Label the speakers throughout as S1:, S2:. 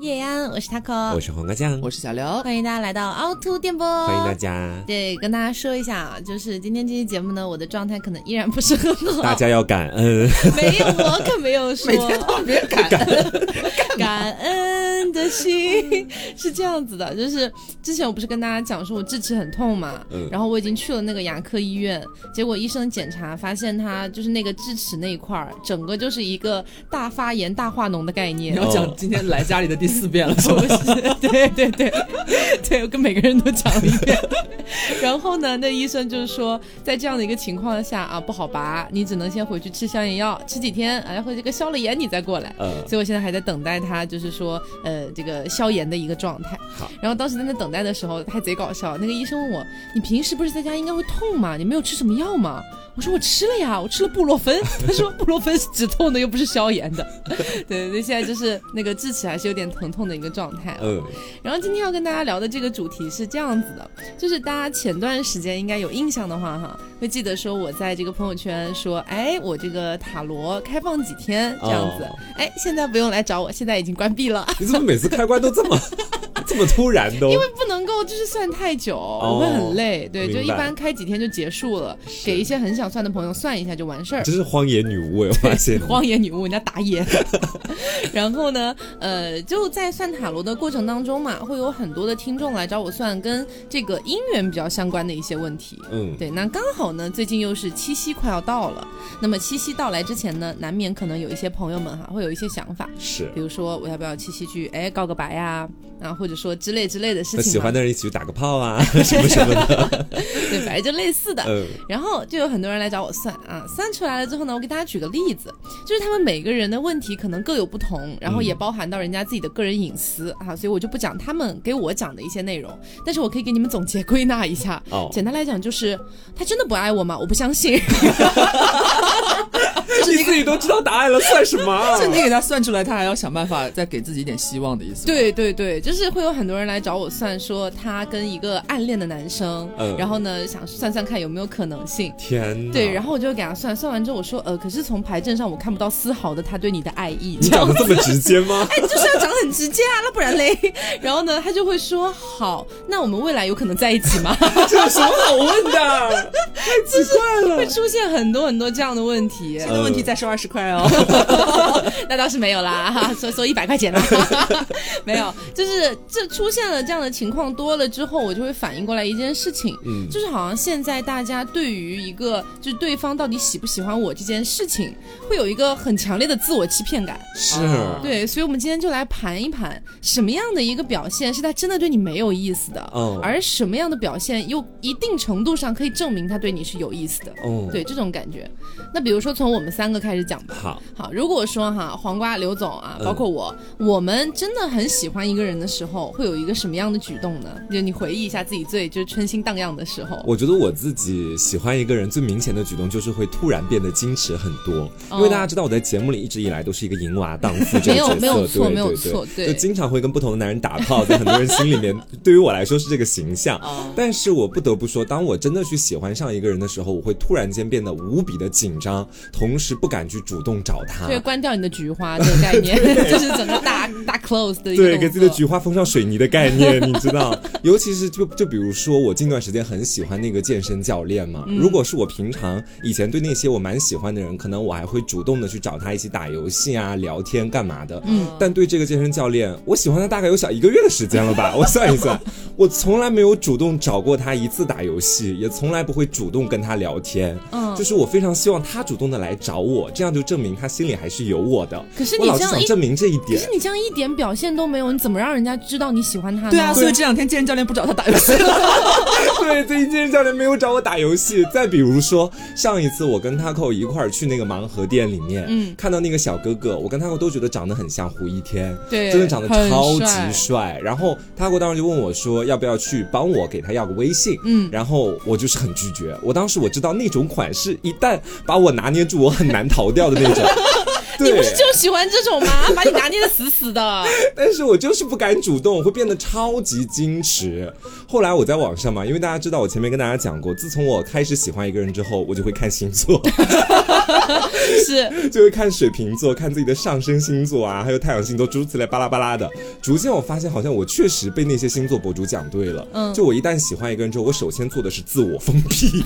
S1: 夜安，我是 taco，
S2: 我是黄瓜酱，
S3: 我是小刘，
S1: 欢迎大家来到凹凸电波，
S2: 欢迎大家。
S1: 对，跟大家说一下啊，就是今天这期节目呢，我的状态可能依然不是很好，
S2: 大家要感恩，
S1: 没有，我可没 有说
S3: 每天都别感恩，
S1: 感恩的心是这样子的，就是之前我不是跟大家讲说我智齿很痛嘛，
S2: 嗯
S1: 然后我已经去了那个牙科医院，结果医生检查发现它就是那个智齿那一块儿，整个就是一个大发炎、大化脓的概念
S3: 你。要讲今天来家里的第四遍了，是吧？
S1: 对对对，对我跟每个人都讲了一遍。然后呢，那医生就是说，在这样的一个情况下啊，不好拔，你只能先回去吃消炎药，吃几天，然后这个消了炎你再过来。
S2: 呃，
S1: 所以我现在还在等待他，就是说，呃，这个消炎的一个状态。
S2: 好
S1: 然后当时在那等待的时候，还贼搞笑。那个医生问我：“你平时不是在家应该会痛吗？你没有吃什么药吗？”我说：“我吃了呀，我吃了布洛芬。” 他说：“布洛芬是止痛的，又不是消炎的。” 对，那现在就是那个智齿还是有点疼痛的一个状态。
S2: 嗯，
S1: 然后今天要跟大家聊的这个主题是这样子的，就是大家前段时间应该有印象的话哈，会记得说我在这个朋友圈说，哎，我这个塔罗开放几天这样子
S2: 哦，
S1: 哎、现在不用来找我，现在已经关闭了，
S2: 你怎么每次开关都这么 这么突然都？
S1: 不能够就是算太久，我会很累，对，
S2: 明
S1: 就
S2: 白
S1: 一般开几天就结束了，给一些很想算的朋友算一下就完事儿。
S2: 真是荒野女巫，我发现。
S1: 荒野女巫，人家打野。 然后呢，呃，就在算塔罗的过程当中嘛，会有很多的听众来找我算跟这个姻缘比较相关的一些问题。
S2: 嗯，
S1: 对，那刚好呢，最近又是七夕快要到了，那么七夕到来之前呢，难免可能有一些朋友们哈会有一些想法，
S2: 是
S1: 比如说我要不要七夕去哎告个白呀、啊，或者说之类之类的事
S2: 和
S1: 情嘛，
S2: 喜欢的人一起去打个炮啊，什么什么的。
S1: 对，反正就类似的，
S2: 嗯，
S1: 然后就有很多人来找我算啊，算出来了之后呢，我给大家举个例子，就是他们每个人的问题可能各有不同，然后也包含到人家自己的个人隐私、啊，所以我就不讲他们给我讲的一些内容， 但是我可以给你们总结归纳一下。
S2: 哦，
S1: 简单来讲就是，他真的不爱我吗？我不相信。
S2: 你自己都知道答案了，算什么 啊？
S3: 就你给他算出来，他还要想办法再给自己一点希望的意思。，
S1: 对对对，就是会有很多人来找我算，说他跟一个暗恋的男生，
S2: 嗯
S1: 然后呢想算算看有没有可能性。
S2: 天哪！
S1: 对，然
S2: 后
S1: 后我就给他算，算完之后我说，呃，可是从牌阵上我看不到丝毫的他对你的爱意。
S2: 你长得这么直接吗？
S1: 哎，就是要讲得很直接啊，那不然嘞？然后呢，他就会说好，那我们未来有可能在一起 吗？
S2: 这有什么好问的？ 太奇怪
S1: 会
S2: 了。
S1: 出现很多很多这样的问题。
S3: 这个问题再收二十块哦。
S1: 那倒是没有啦， 哈，说说一百块钱啦，没有，就是这出现了这样的情况多了之后，我就会反应过来一件事情，
S2: 嗯
S1: 就是好像现在大家对于一个就是对方到底喜不喜欢我这件事情，会有一个很强烈的自我欺骗感。
S2: 是
S3: 啊
S1: 对，所以我们今天就来盘一盘，什么样的一个表现是他真的对你没有意思的，
S2: 嗯
S1: 而什么样的表现又一定程度上可以证明他对你是有意思的，
S2: 哦，
S1: 对这种感觉。那比如说从我们三个开始讲吧。
S2: 好，
S1: 好，如果说哈，黄瓜、刘总啊，
S2: 嗯
S1: 包括我，我们真的很喜欢一个人的时候，会有一个什么样的举动呢？就你回忆一下自己最就是春心荡漾的时候，
S2: 我觉得我自己喜欢一个人最明显的举动就是会突然变得矜持很多，
S1: 哦
S2: 因为大家知道我在节目里一直以来都是一个淫娃荡妇这
S1: 没
S2: 个角
S1: 有
S2: 色，
S1: 没有错
S2: 对
S1: 没有
S2: 对
S1: 错对
S2: 就经常会跟不同的男人打炮，在很多人心里面，对于我来说是这个形象。
S1: 哦
S3: 啊
S2: 但是我不得不说，当我真的去喜欢上一个人的时候，我会突然间变得无比的紧张，同时不敢去主动找他
S1: 就。会关掉你的菊花这个概 念， 就是整个大大 close 的一个
S2: 对，
S1: 动
S2: 给自己的
S1: 作
S2: 菊花封上水泥的概念，你知道？尤其是就就比如说，我近段时间很喜欢那个健身教练
S1: 嗯
S2: 嘛。如果是我平常以前对那些我蛮喜欢的人，可能我还会主动的去找他一起打游戏啊、聊天干嘛的。嗯。但对这个健身教练，我喜欢他大概有小一个月的时间了吧？我算一算，我从来没有主动找过他一次打游戏，也从来不会主动跟他聊天。
S1: 嗯
S2: 就是我非常希望他主动的来找我，这样就证明他心里还是有我的。
S1: 可是
S2: 我
S1: 你
S2: 老
S1: 这
S2: 是
S1: 样
S2: 想
S1: 一
S2: 证明这一
S1: 可
S2: 点
S1: 是。你这样一点表现都没有，你怎么让人家知道你喜欢他呢？
S3: 对啊，所以这两天健身教练不找他打游戏了。
S2: 对，最近健身教练没有找我打游戏。再比如说，上一次我跟 Taco 一块儿去那个盲盒店里面，
S1: 嗯
S2: 看到那个小哥哥，我跟 Taco 都觉得长得很像胡一天，
S1: 对
S2: 真的长得
S1: 很
S2: 超级
S1: 帅
S2: 帅。然后 Taco 当时就问我说，要不要去帮我给他要个微信？
S1: 嗯
S2: 然后我就是很拒绝。我当时我知道那种款式一旦把我拿捏住，我很难逃掉的那 种。
S1: 你不
S2: 对。
S1: 是就喜欢这种吗？把你拿捏的死死 的。
S2: 但是我就是不敢主动，我会变得超级矜持。后来我在网上嘛，因为大家知道我前面跟大家讲过，自从我开始喜欢一个人之后，我就会看星座，
S1: 是
S2: 就会看水瓶座，看自己的上升星座啊，还有太阳星座，诸如此类巴拉巴拉的。逐渐我发现，好像我确实被那些星座博主讲对了。
S1: 嗯
S2: 就我一旦喜欢一个人之后，我首先做的是自我封闭。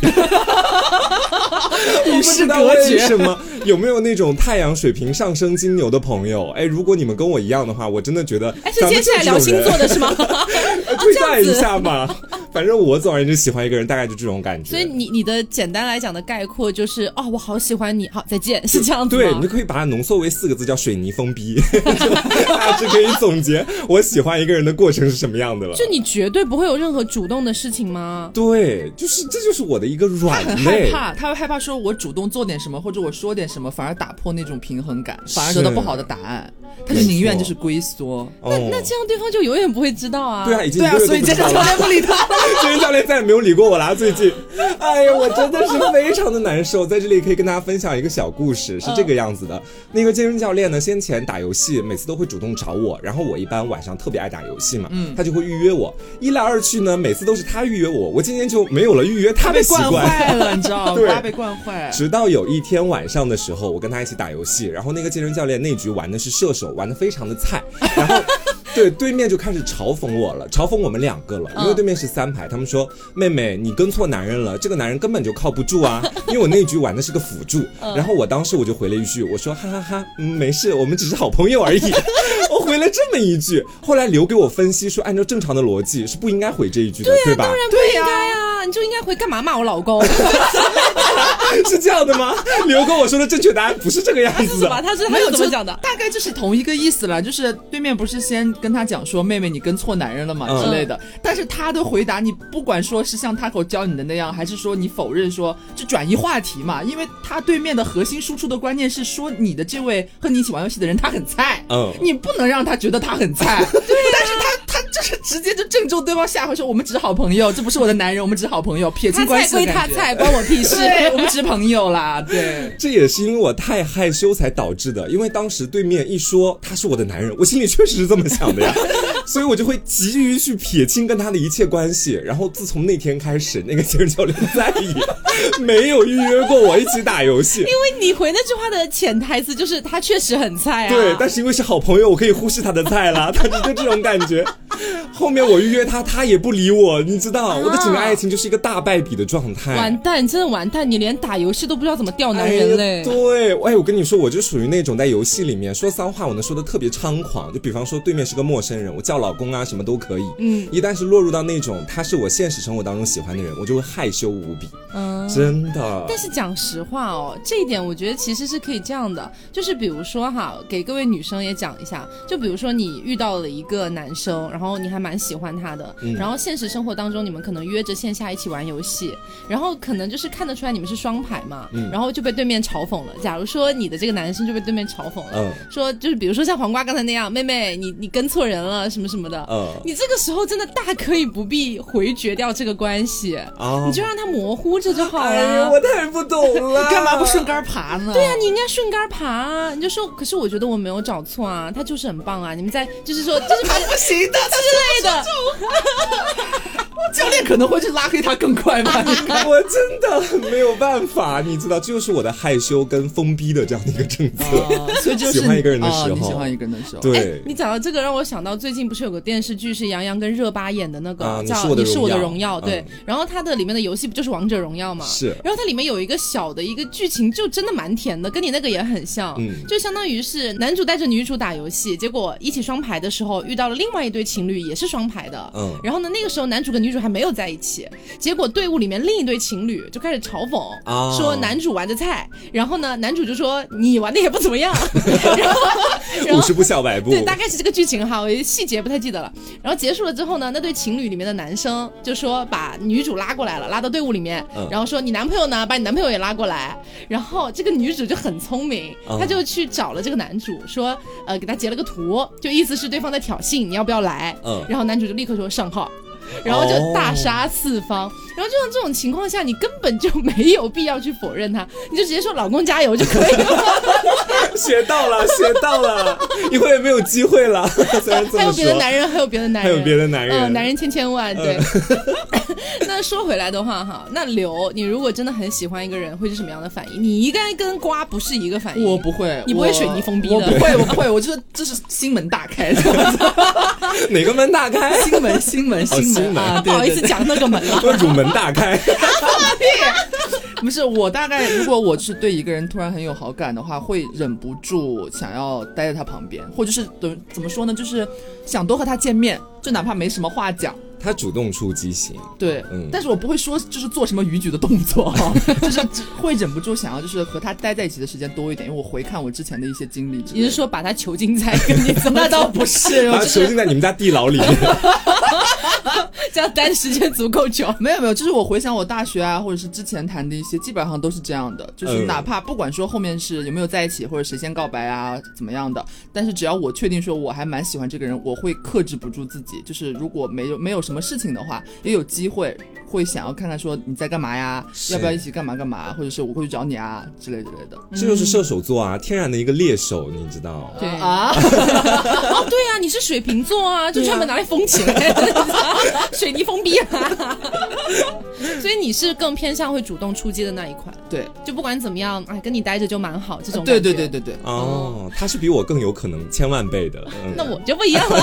S2: 我不知道
S3: 与世隔绝
S2: 为什 么有没有那种太阳、水瓶、上升金牛的朋友？哎，如果你们跟我一样的话，我真的觉得
S1: 哎，是
S2: 咱
S1: 接
S2: 们就
S1: 下来
S2: 这
S1: 聊
S2: 种
S1: 星
S2: 人
S1: 座，的是吗？ 啊
S2: 哎对待一下嘛。 反正我总而言之喜欢一个人，大概就这种感觉。
S1: 所以你你的简单来讲的概括就是，哦，我好喜欢你，好再见，是这样子
S2: 对，
S1: 吗
S2: 你就？可以把它浓缩为四个字，叫水泥封闭， 就大致可以总结我喜欢一个人的过程是什么样的了。
S1: 就你绝对不会有任何主动的事情吗？
S2: 对，就是这就是我的一个软
S3: 很害
S2: 肋。
S3: 怕，他会害怕说我主动做点什么，或者我说点什么，反而打破那种平衡感，反而得到不好的答案，他就宁愿就是龟缩。
S1: 那
S2: 哦
S1: 那这样对方就永远不会知道啊。
S2: 对啊，已经
S3: 对
S2: 一
S3: 啊
S2: 个，月
S3: 所
S2: 都
S3: 以
S2: 不
S3: 健
S2: 知道
S3: 身教
S2: 了。
S3: 练不理他了。
S2: 健身教练再也没有理过我啦。最近，哎呀，我真的是非常的难受。在这里可以跟大家分享一个小故事，
S3: 嗯
S2: 是这个样子的。那个健身教练呢，先前打游戏，每次都会主动找我，然后我一般晚上特别爱打游戏嘛，
S3: 嗯
S2: 他就会预约我。一来二去呢，每次都是他预约我，我今天就没有了预约他
S3: 他被
S2: 的习
S3: 惯
S2: 惯。
S3: 坏了，你知道吗？
S2: 对
S3: 他被惯坏。
S2: 直到有一天晚上的时候，我跟他一起打游戏，然后那个健身教练那局玩的是射手，玩的非常的菜，然后 对对面就开始嘲讽我了，嘲讽我们两个了，因为对面是三排，他们说妹妹你跟错男人了，这个男人根本就靠不住啊，因为我那局玩的是个辅助，然后我当时我就回了一句，我说哈哈哈嗯，没事，我们只是好朋友而已。 我回了这么一句，后来留给我分析说，按哎照正常的逻辑是不应该回这一句的，对吧？
S1: 对呀、啊，你就应该回干嘛骂我老 公？
S2: 是这样的吗？刘跟我说的正确答案不是这个样
S1: 他是
S2: 子
S1: 什
S2: 的
S1: 么？。他是他
S3: 没有
S1: 是怎么讲的？
S3: 大概就是同一个意思了。就是对面不是先跟他讲说，妹妹你跟错男人了嘛
S2: 嗯
S3: 之类的，但是他的回答你不管说是像他口教你的那样，还是说你否认说，就转移话题嘛，因为他对面的核心输出的观念是说你的这位和你一起玩游戏的人他很菜，
S2: 嗯
S3: 你不能让他觉得他很 菜，对、但是他他就是直接就正中对方下怀说我们只是好朋友，这不是我的男人，我们只是好朋友，撇
S1: 他菜
S3: 清关系的
S1: 归
S3: 感
S1: 他
S3: 觉
S1: 菜，关我屁事。
S3: 对，我们只是朋友啦，对。
S2: 这也是因为我太害羞才导致的，因为当时对面一说他是我的男人，我心里确实是这么 想的呀，所以我就会急于去撇清跟他的一切关系。然后自从那天开始，那个健身教练再也没有预约过我一起打游戏。
S1: 因为啊你回那句话的潜台词就是他确实很菜啊。
S2: 对，但是因为是好朋友，我可以忽视他的菜啦，他就这种感觉。后面我预约他，他也不理我，你知道，我的整个爱情就是一个大败笔的状态。
S1: 完蛋，真的完蛋，你连打游戏都不知道怎么钓男人啊嘞嗯
S2: 哎。对，哎，我跟你说，我就属于那种在游戏里面说骚话，我能说的特别猖狂。就比方说对面是个陌生人，我叫老公啊，什么都可以。嗯，一旦是落入到那种他是我现实生活当中喜欢的人，我就会害羞无比。
S1: 嗯。
S2: 真的。
S1: 但是讲实话哦，这一点我觉得其实是可以这样的，就是比如说哈，给各位女生也讲一下，就比如说你遇到了一个男生，然后你还蛮喜欢他的，
S2: 嗯
S1: 然后现实生活当中你们可能约着线下一起玩游戏，然后可能就是看得出来你们是双排嘛，
S2: 嗯
S1: 然后就被对面嘲讽了。假如说你的这个男生就被对面嘲讽了，
S2: 嗯
S1: 说就是比如说像黄瓜刚才那样，妹妹你你跟错人了什么什么的，
S2: 嗯
S1: 你这个时候真的大可以不必回绝掉这个关系。
S2: 啊，
S1: 你就让它模糊着就好了。
S2: 哎呦，我太不 懂了，
S3: 你干嘛不顺杆爬呢？对
S1: 对啊，你应该顺杆爬啊！你就说，可是我觉得我没有找错啊，他就是很棒啊！你们在就是说，就是把
S3: 不行的，他
S1: 之类的，
S3: 教练可能会去拉黑 他更快吧？
S2: 我真的没有办法，你知道，这就是我的害羞跟封逼的这样的一个政策。
S1: 哦
S3: 所以就是
S2: 喜欢一个人的
S3: 啊
S2: 时候
S3: 你喜欢一个人的时候，
S2: 对，
S1: 哎你讲到这个，让我想到最近不是有个电视剧是杨洋跟热巴演的那个、
S2: 啊你
S1: 叫
S2: 是
S1: 《
S2: 我的
S1: 你是我的
S2: 荣
S1: 荣
S2: 耀
S1: 耀》，对。
S2: 嗯
S1: 然后它的里面的游戏不就是王者荣耀嘛？
S2: 是
S1: 然后它里面有一个小的一个剧情，就真的蛮甜的，跟你那个也很像。
S2: 嗯
S1: 就相当于是男主带着女主打游戏，结果一起双排的时候遇到了另外一对情侣，也是双排的。
S2: 嗯
S1: 然后呢，那个时候男主跟女主还没有在一起，结果队伍里面另一对情侣就开始嘲讽，
S2: 啊
S1: 说男主玩的菜，然后呢，男主就说你玩的也不怎么样。 然后，然
S2: 五
S1: 后
S2: 十步笑百步，
S1: 对，大概是这个剧情哈，我细节不太记得了。然后结束了之后呢，那对情侣里面的男生就说把女主拉过来了，拉到队伍里面，
S2: 嗯
S1: 然后说你男朋友呢，把你男朋友也拉过来。然后这个女主就很聪明，
S2: 嗯
S1: 她就去找了这个男主，说呃给他截了个图，就意思是对方在挑衅，你要不要来？
S2: 嗯
S1: 然后男主就立刻说上号。然后就大杀四方，然后就像这种情况下，你根本就没有必要去否认他，你就直接说“老公加油”就可以了。
S2: 学到了，学 到了，以后也没有机会了。 虽然这
S1: 还
S2: 么
S1: 有别的
S2: 说，
S1: 男人，还有别的男
S2: 还
S1: 人，
S2: 有别的男人，
S1: 嗯，男人千千万。对， 那说回来的话哈，那刘，你如果真的很喜欢一个人，会是什么样的反应？你应该跟瓜不是一个反应。
S3: 我不会，
S1: 你不会水泥封闭的
S3: 我不会，我不会，我就是这是心门大开，
S2: 哪个门大开？
S3: 心门心门
S2: 哦
S3: 心
S2: 心
S3: 门
S2: 门
S3: 啊，
S1: 啊，不好意思讲那个门了。
S2: 公主门大开，
S3: 不是我大概，如果我是对一个人突然很有好感的话，会忍不住想要待在他旁边，或者是怎怎么说呢，就是想多和他见面，就哪怕没什么话讲。
S2: 他主动出击型，
S3: 对，
S2: 嗯
S3: 但是我不会说就是做什么逾矩的动作哈， 就是只会忍不住想要就是和他待在一起的时间多一点，因为我回看我之前的一些经历之类
S1: 你
S3: 的。
S1: 是说把他囚禁在跟你怎么
S3: 那倒不是，我
S2: 把
S3: 就
S2: 他
S3: 是
S2: 囚禁在你们家地牢里 面。
S1: 这样待的时间足够久？
S3: 没有没有，就是我回想我大学啊，或者是之前谈的一些，基本上都是这样的，就是
S2: 嗯
S3: 哪怕不管说后面是有没有在一起，或者谁先告白啊怎么样的，但是只要我确定说我还蛮喜欢这个人，我会克制不住自己，就是如果没有没有什么事情的话，也有机会会想要看看说你在干嘛呀，
S2: 是
S3: 要不要一起干嘛干嘛，或者是我会去找你啊之类之类的。
S2: 这就是射手座啊，天然的一个猎手，你知道？
S1: 对
S3: 啊，
S1: 哦，对啊，你是水瓶座啊，就专门拿来封起来的， 水泥封闭啊。 所以你是更偏向会主动出击的那一款，
S3: 对
S1: 就不管怎么样，哎，跟你待着就蛮好这种。
S3: 对对对。对对，
S2: 哦，他是比我更有可能千万倍的。嗯
S1: 那我就不一样了，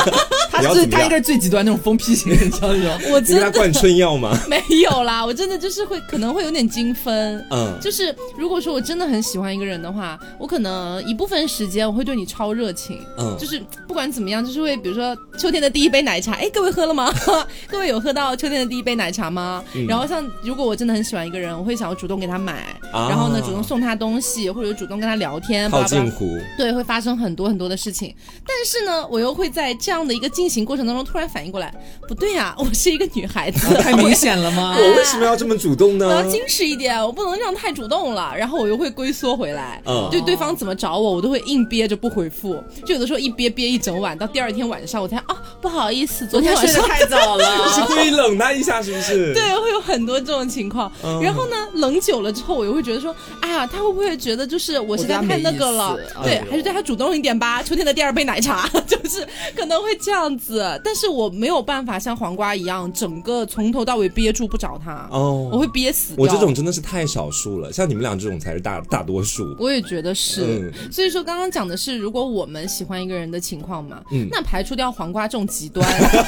S3: 他
S2: 你要
S3: 最
S2: 怎么
S3: 他
S2: 样
S3: 应该是最极端那种疯批型， 你知道那种。
S1: 我
S2: 你给
S1: 真
S2: 他
S1: 的
S2: 灌春 药吗？
S1: 没有啦，我真的就是会可能会有点精分。
S2: 嗯，
S1: 就是如果说我真的很喜欢一个人的话，我可能一部分时间我会对你超热情，
S2: 嗯
S1: 就是不管怎么样，就是会比如说秋天的第一杯奶茶，哎，各位喝了吗？ 各位有喝到秋天的第一杯奶茶吗？
S2: 嗯
S1: 然后像如果我真的很喜欢一个人，我会想要主动给他买，
S2: 啊
S1: 然后呢主动送他东西，或者主动跟他聊天，巴
S2: 套
S1: 拉巴拉
S2: 近乎，
S1: 对，会发生很多很多的事情，但是呢，我又会在这样的一个进行过程当中突然反应过来，不对啊，我是一个女孩 子，
S3: 太明显了 吗？
S2: 我为什么要这么主动
S1: 啊我要
S2: 呢？
S1: 矜持一点，我不能这样太主动了，然后我又会龟缩回来。
S2: 嗯
S1: 对对方怎么找我，我都会硬憋着不回复，就有的时候一憋憋一整晚，到第二天晚上我才啊不好意思，昨天晚上
S3: 太早
S2: 你
S3: 了
S2: 是故意冷他一下是不是？
S1: 对，会有很多这种情况。
S2: 嗯
S1: 然后呢，冷久了之后，我又会觉得说，哎呀，他会不会觉得就是我实在
S3: 我对他
S1: 太
S3: 没
S1: 那个了
S3: 意思？
S1: 对
S3: 哎，呦
S1: 还是对他主动一点吧。秋天的第二杯奶茶， 就是可能会这样子，但是我没有办法像黄瓜一样，整个从头到尾憋住不找他，
S2: 哦
S1: 我会憋死。
S2: 我这种。真的是太少数了，像你们俩这种才是大大多数。
S1: 我也觉得是，
S2: 嗯
S1: 所以说刚刚讲的是，如果我们喜欢一个人的情况嘛，
S2: 嗯
S1: 那排除掉黄瓜这种极端，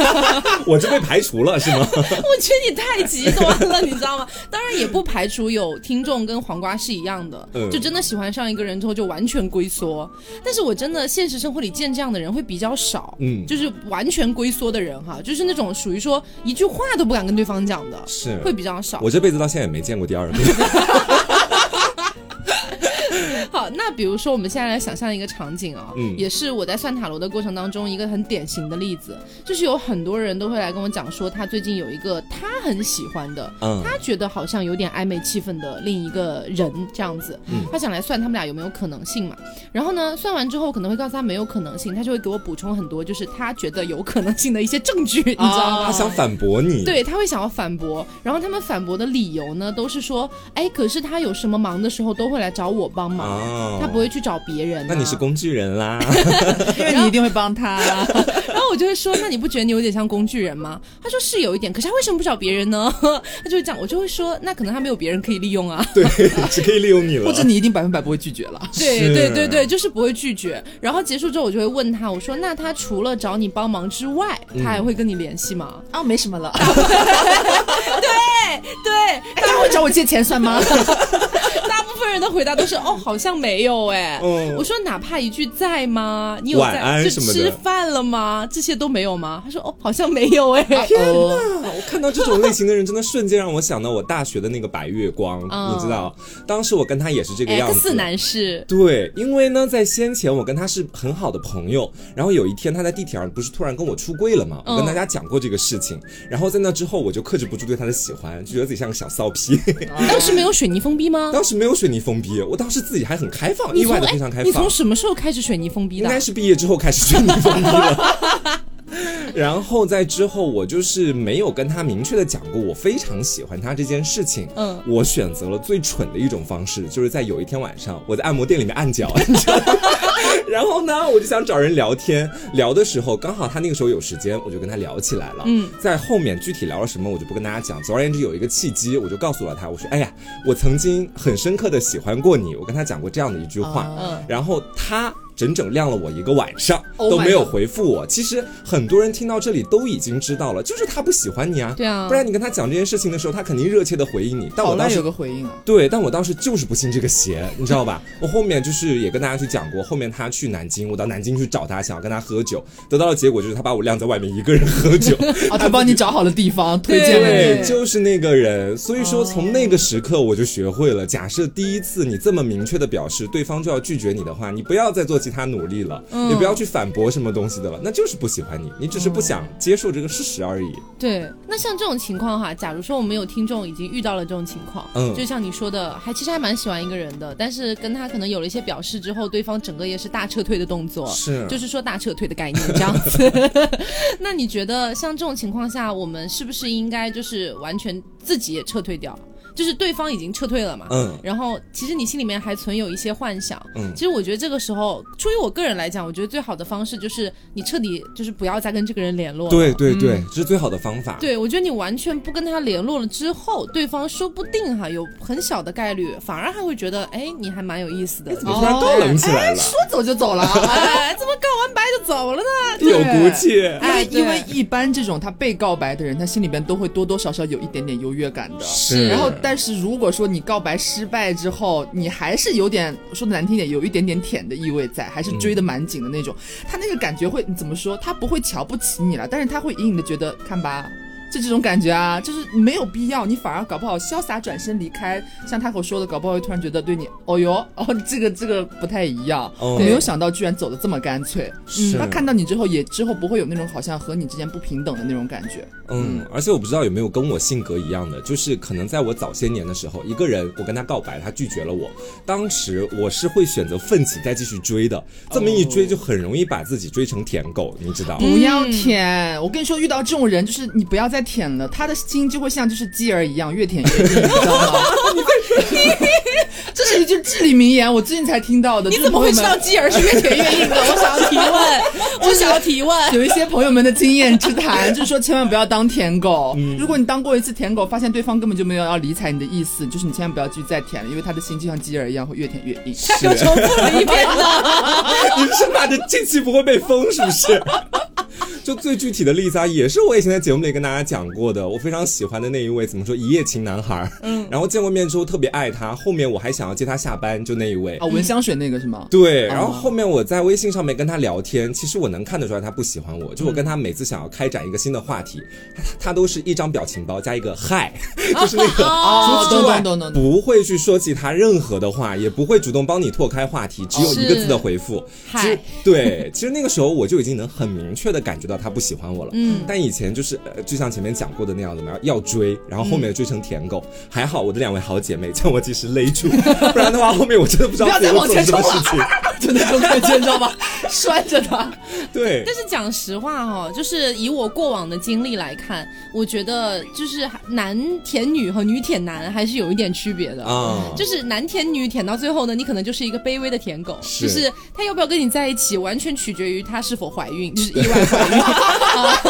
S2: 我就被排除了是吗？
S1: 我觉得你太极端了，你知道吗？当然也不排除有听众跟黄瓜是一样的，
S2: 嗯
S1: 就真的喜欢上一个人之后就完全龟缩。但是我真的现实生活里见这样的人会比较少，
S2: 嗯
S1: 就是完全龟缩的人哈，就是那种属于说一句话都不敢跟对方讲的，
S2: 是，
S1: 会比较少
S2: 我。这辈子到现在也没见过第二个。
S1: 好，那比如说我们现在来想象一个场景啊、
S2: 嗯
S1: 也是我在算塔罗的过程当中一个很典型的例子，就是有很多人都会来跟我讲说，他最近有一个他很喜欢的，
S2: 嗯
S1: 他觉得好像有点暧昧气氛的另一个人这样子，
S2: 嗯
S1: 他想来算他们俩有没有可能性嘛。然后呢，算完之后可能会告诉他没有可能性，他就会给我补充很多就是他觉得有可能性的一些证 据，你知道吗？
S2: 啊他想反驳你，，
S1: 对，他会想要反驳，然后他们反驳的理由呢，都是说，哎，可是他有什么忙的时候都会来找我帮忙，
S2: 哦
S1: 他不会去找别人、啊
S2: 那你是。工具人 啦。
S3: 因为你一定会帮他。
S1: 然后我就会说，那你不觉得你有点像工具人吗？他说是有一点，可是他为什么不找别人呢？ 他就会这样，我就会说，那可能他没有别人可以利用啊。
S2: 对，只可以利用你了。
S3: 或者你一定百分百不会拒绝了。
S1: 对
S2: 是
S1: 对对对，就是不会拒绝。然后结束之后，我就会问他，我说，那他除了找你帮忙之外，
S2: 嗯
S1: 他还会跟你联系吗？
S3: 啊，没什么 了。
S1: 对，
S3: 他会找我借 钱算吗？
S1: 大部分人的回答都是哦，好像没有哎、
S2: 嗯
S1: 我说哪怕一句在吗？你有
S2: 晚
S1: 在
S2: 安
S1: 就
S2: 什么的
S1: 吃饭了吗？这些都没有吗？他说哦，好像没有哎、
S2: 啊我看到这种类型的人，真的瞬间让我想到我大学的那个白月光，
S1: 嗯
S2: 你知道，当时我跟他也哎是这个样
S1: X
S2: 子。
S1: 男士，
S2: 对，因为呢，在先前我跟他是很好的朋友，然后有一天他在地铁上不是突然跟我出柜了嘛，我
S1: 嗯
S2: 跟大家讲过这个事情，然后在那之后我就克制不住对他的喜欢，就觉得自己像个小骚批。
S1: 当时没有水泥封闭吗？
S2: 哦当时没有水泥封闭，我当时自己还很开放，
S1: 你
S2: 意
S1: 从
S2: 外的
S1: 哎
S2: 非常开
S1: 你
S2: 放
S1: 从。什么时候开始水泥封闭
S2: 应
S1: 的
S2: 该？是毕业之后开始水泥封闭了。 然后在之后，我就是没有跟他明确的讲过我非常喜欢他这件事情。
S1: 嗯
S2: 我选择了最蠢的一种方式，就是在有一天晚上，我在按摩店里面按脚， 你知道吗？然后呢，我就想找人聊天，聊的时候刚好他那个时候有时间，我就跟他聊起来了。
S1: 嗯，
S2: 在后面具体聊了什么，我就不跟大家讲。总而言之，有一个契机，我就告诉了他，我说：“哎呀，我曾经很深刻的喜欢过你。”我跟他讲过这样的一句话。
S3: 啊
S1: 嗯，
S2: 然后他整整晾了我一个晚上
S3: Oh
S2: 都
S3: my
S2: 没有
S3: God
S2: 回复我。其实很多人听到这里都已经知道了，就是他不喜欢你啊，
S1: 对啊
S2: 不然你跟他讲这件事情的时候，他肯定热切的回应你。但
S3: 好
S2: 我当
S3: 赖有
S2: 时
S3: 个回应啊，
S2: 对，但我当时就是不信这个邪，你知道吧？ 我后面就是也跟大家去讲过，后面他去南京，我到南京去找他，想要跟他喝酒，得到的结果就是他把我晾在外面一个人喝酒，
S3: 啊，他帮你找好了地方，推荐了
S1: 对
S3: 你。
S2: 对，就是那个人。所以说，从那个时刻我就学会了，假设第一次你这么明确的表示对方就要拒绝你的话，你不要再做其他努力了，也不要去反驳什么东西的了，那就是不喜欢你，你只是不想接受这个事实而已。
S1: 对，那像这种情况哈，假如说我们有听众已经遇到了这种情况，
S2: 嗯
S1: 就像你说的，还其实还蛮喜欢一个人的，但是跟他可能有了一些表示之后，对方整个也是大撤退的动作，
S2: 是
S1: 就是说大撤退的概念这样 子。那你觉得像这种情况下，我们是不是应该就是完全自己也撤退掉？就是对方已经撤退了嘛，
S2: 嗯
S1: 然后其实你心里面还存有一些幻想，
S2: 嗯
S1: 其实我觉得这个时候，出于我个人来讲，我觉得最好的方式就是你彻底就是不要再跟这个人联络了，
S2: 对对对，这是最好的方法。
S1: 对，我觉得你完全不跟他联络了之后，对方说不定哈有很小的概率，反而还会觉得，哎，你还蛮有意思的。
S2: 怎么突然
S3: 哦
S2: 高冷起来了？
S3: 说走就走了啊，
S1: 哎，怎么告完白就走了呢？
S2: 有骨气。
S3: 因
S1: 哎
S3: 为
S1: 对
S3: 因为一般这种他被告白的人，他心里边都会多多少少有一点点优越感的。
S2: 是
S3: 然后，但是如果说你告白失败之后，你还是有点说的难听点，有一点点舔的意味在，还是追的蛮紧的那种。他那个感觉会怎么说？他不会瞧不起你了，但是他会隐隐的觉得，看吧，就这种感觉啊，就是没有必要，你反而搞不好潇洒转身离开。像他口说的，搞不好会突然觉得对你，哦哟，哦，这个这个不太一样。
S2: 哦
S3: 没有想到居然走的这么干脆。
S2: 是
S3: 他看到你之后，也之后不会有那种好像和你之间不平等的那种感觉。
S2: 嗯，而且我不知道有没有跟我性格一样的，就是可能在我早些年的时候，一个人我跟他告白，他拒绝了我，当时我是会选择奋起再继续追的，这么一追就很容易把自己追成舔狗，你知道。
S3: 不要舔，我跟你说，遇到这种人就是你不要再舔了，他的心就会像就是鸡儿一样，越舔越 硬，你知道吗？这是一句至理名言，我最近才听到的。
S1: 你
S3: 就是
S1: 怎么会
S3: 朋
S1: 知
S3: 友
S1: 道
S3: 们
S1: 鸡儿是越舔越硬的？我想要提问，我想要提问。
S3: 有一些朋友们的经验之 谈，就是说千万不要当舔狗。如果你当过一次舔狗，发现对方根本就没有要理睬你的意思，就是你千万不要去再舔了，因为他的心就像鸡儿一样，会越舔越硬。
S2: 哦
S1: 又 重复了一遍呢。
S2: 你是怕这这期不会被封是不是？就最具体的例子啊，也是我以前在节目里跟大家讲过的，我非常喜欢的那一位，怎么说一夜情男孩，嗯，然后见过面之后特别爱他，后面我还想要接他下班，就那一位
S3: 啊，闻香水那个是吗？
S2: 对，
S3: 哦
S2: 然后后面我在微信上面跟他聊天，其实我能看得出来他不喜欢我，就我跟他每次想要开展一个新的话题，他他都是一张表情包加一个嗨，就是那个。
S3: 哦
S2: 除此之
S3: 懂
S2: 外
S3: 懂懂懂懂。
S2: 不会去说其他任何的话，也不会主动帮你拓开话题，只有一个字的回复。其
S1: 嗨
S2: 实，对，其实那个时候我就已经能很明确的感觉到他不喜欢我了。
S1: 嗯
S2: 但以前就是呃，就像前面讲过的那样的嘛，要追，然后后面追成舔狗。
S3: 嗯
S2: 还好我的两位好姐妹将我及时勒住，不然的话后面我真的不知道
S3: 不要
S2: 自己
S3: 再
S2: 会
S3: 往
S2: 做
S3: 前
S2: 什么
S3: 冲
S2: 事
S3: 了
S2: 情。
S3: 就那种感觉，你知道吗？拴着他，
S2: 对
S1: 但，是讲实话哈、哦，就是以我过往的经历来看，我觉得就是男舔女和女舔男还是有一点区别的。
S2: 啊，
S1: 就是男舔女舔到最后呢，你可能就是一个卑微的舔狗，
S2: 是
S1: 就是他要不要跟你在一起，完全取决于他是否怀孕，就是意外怀孕， 啊、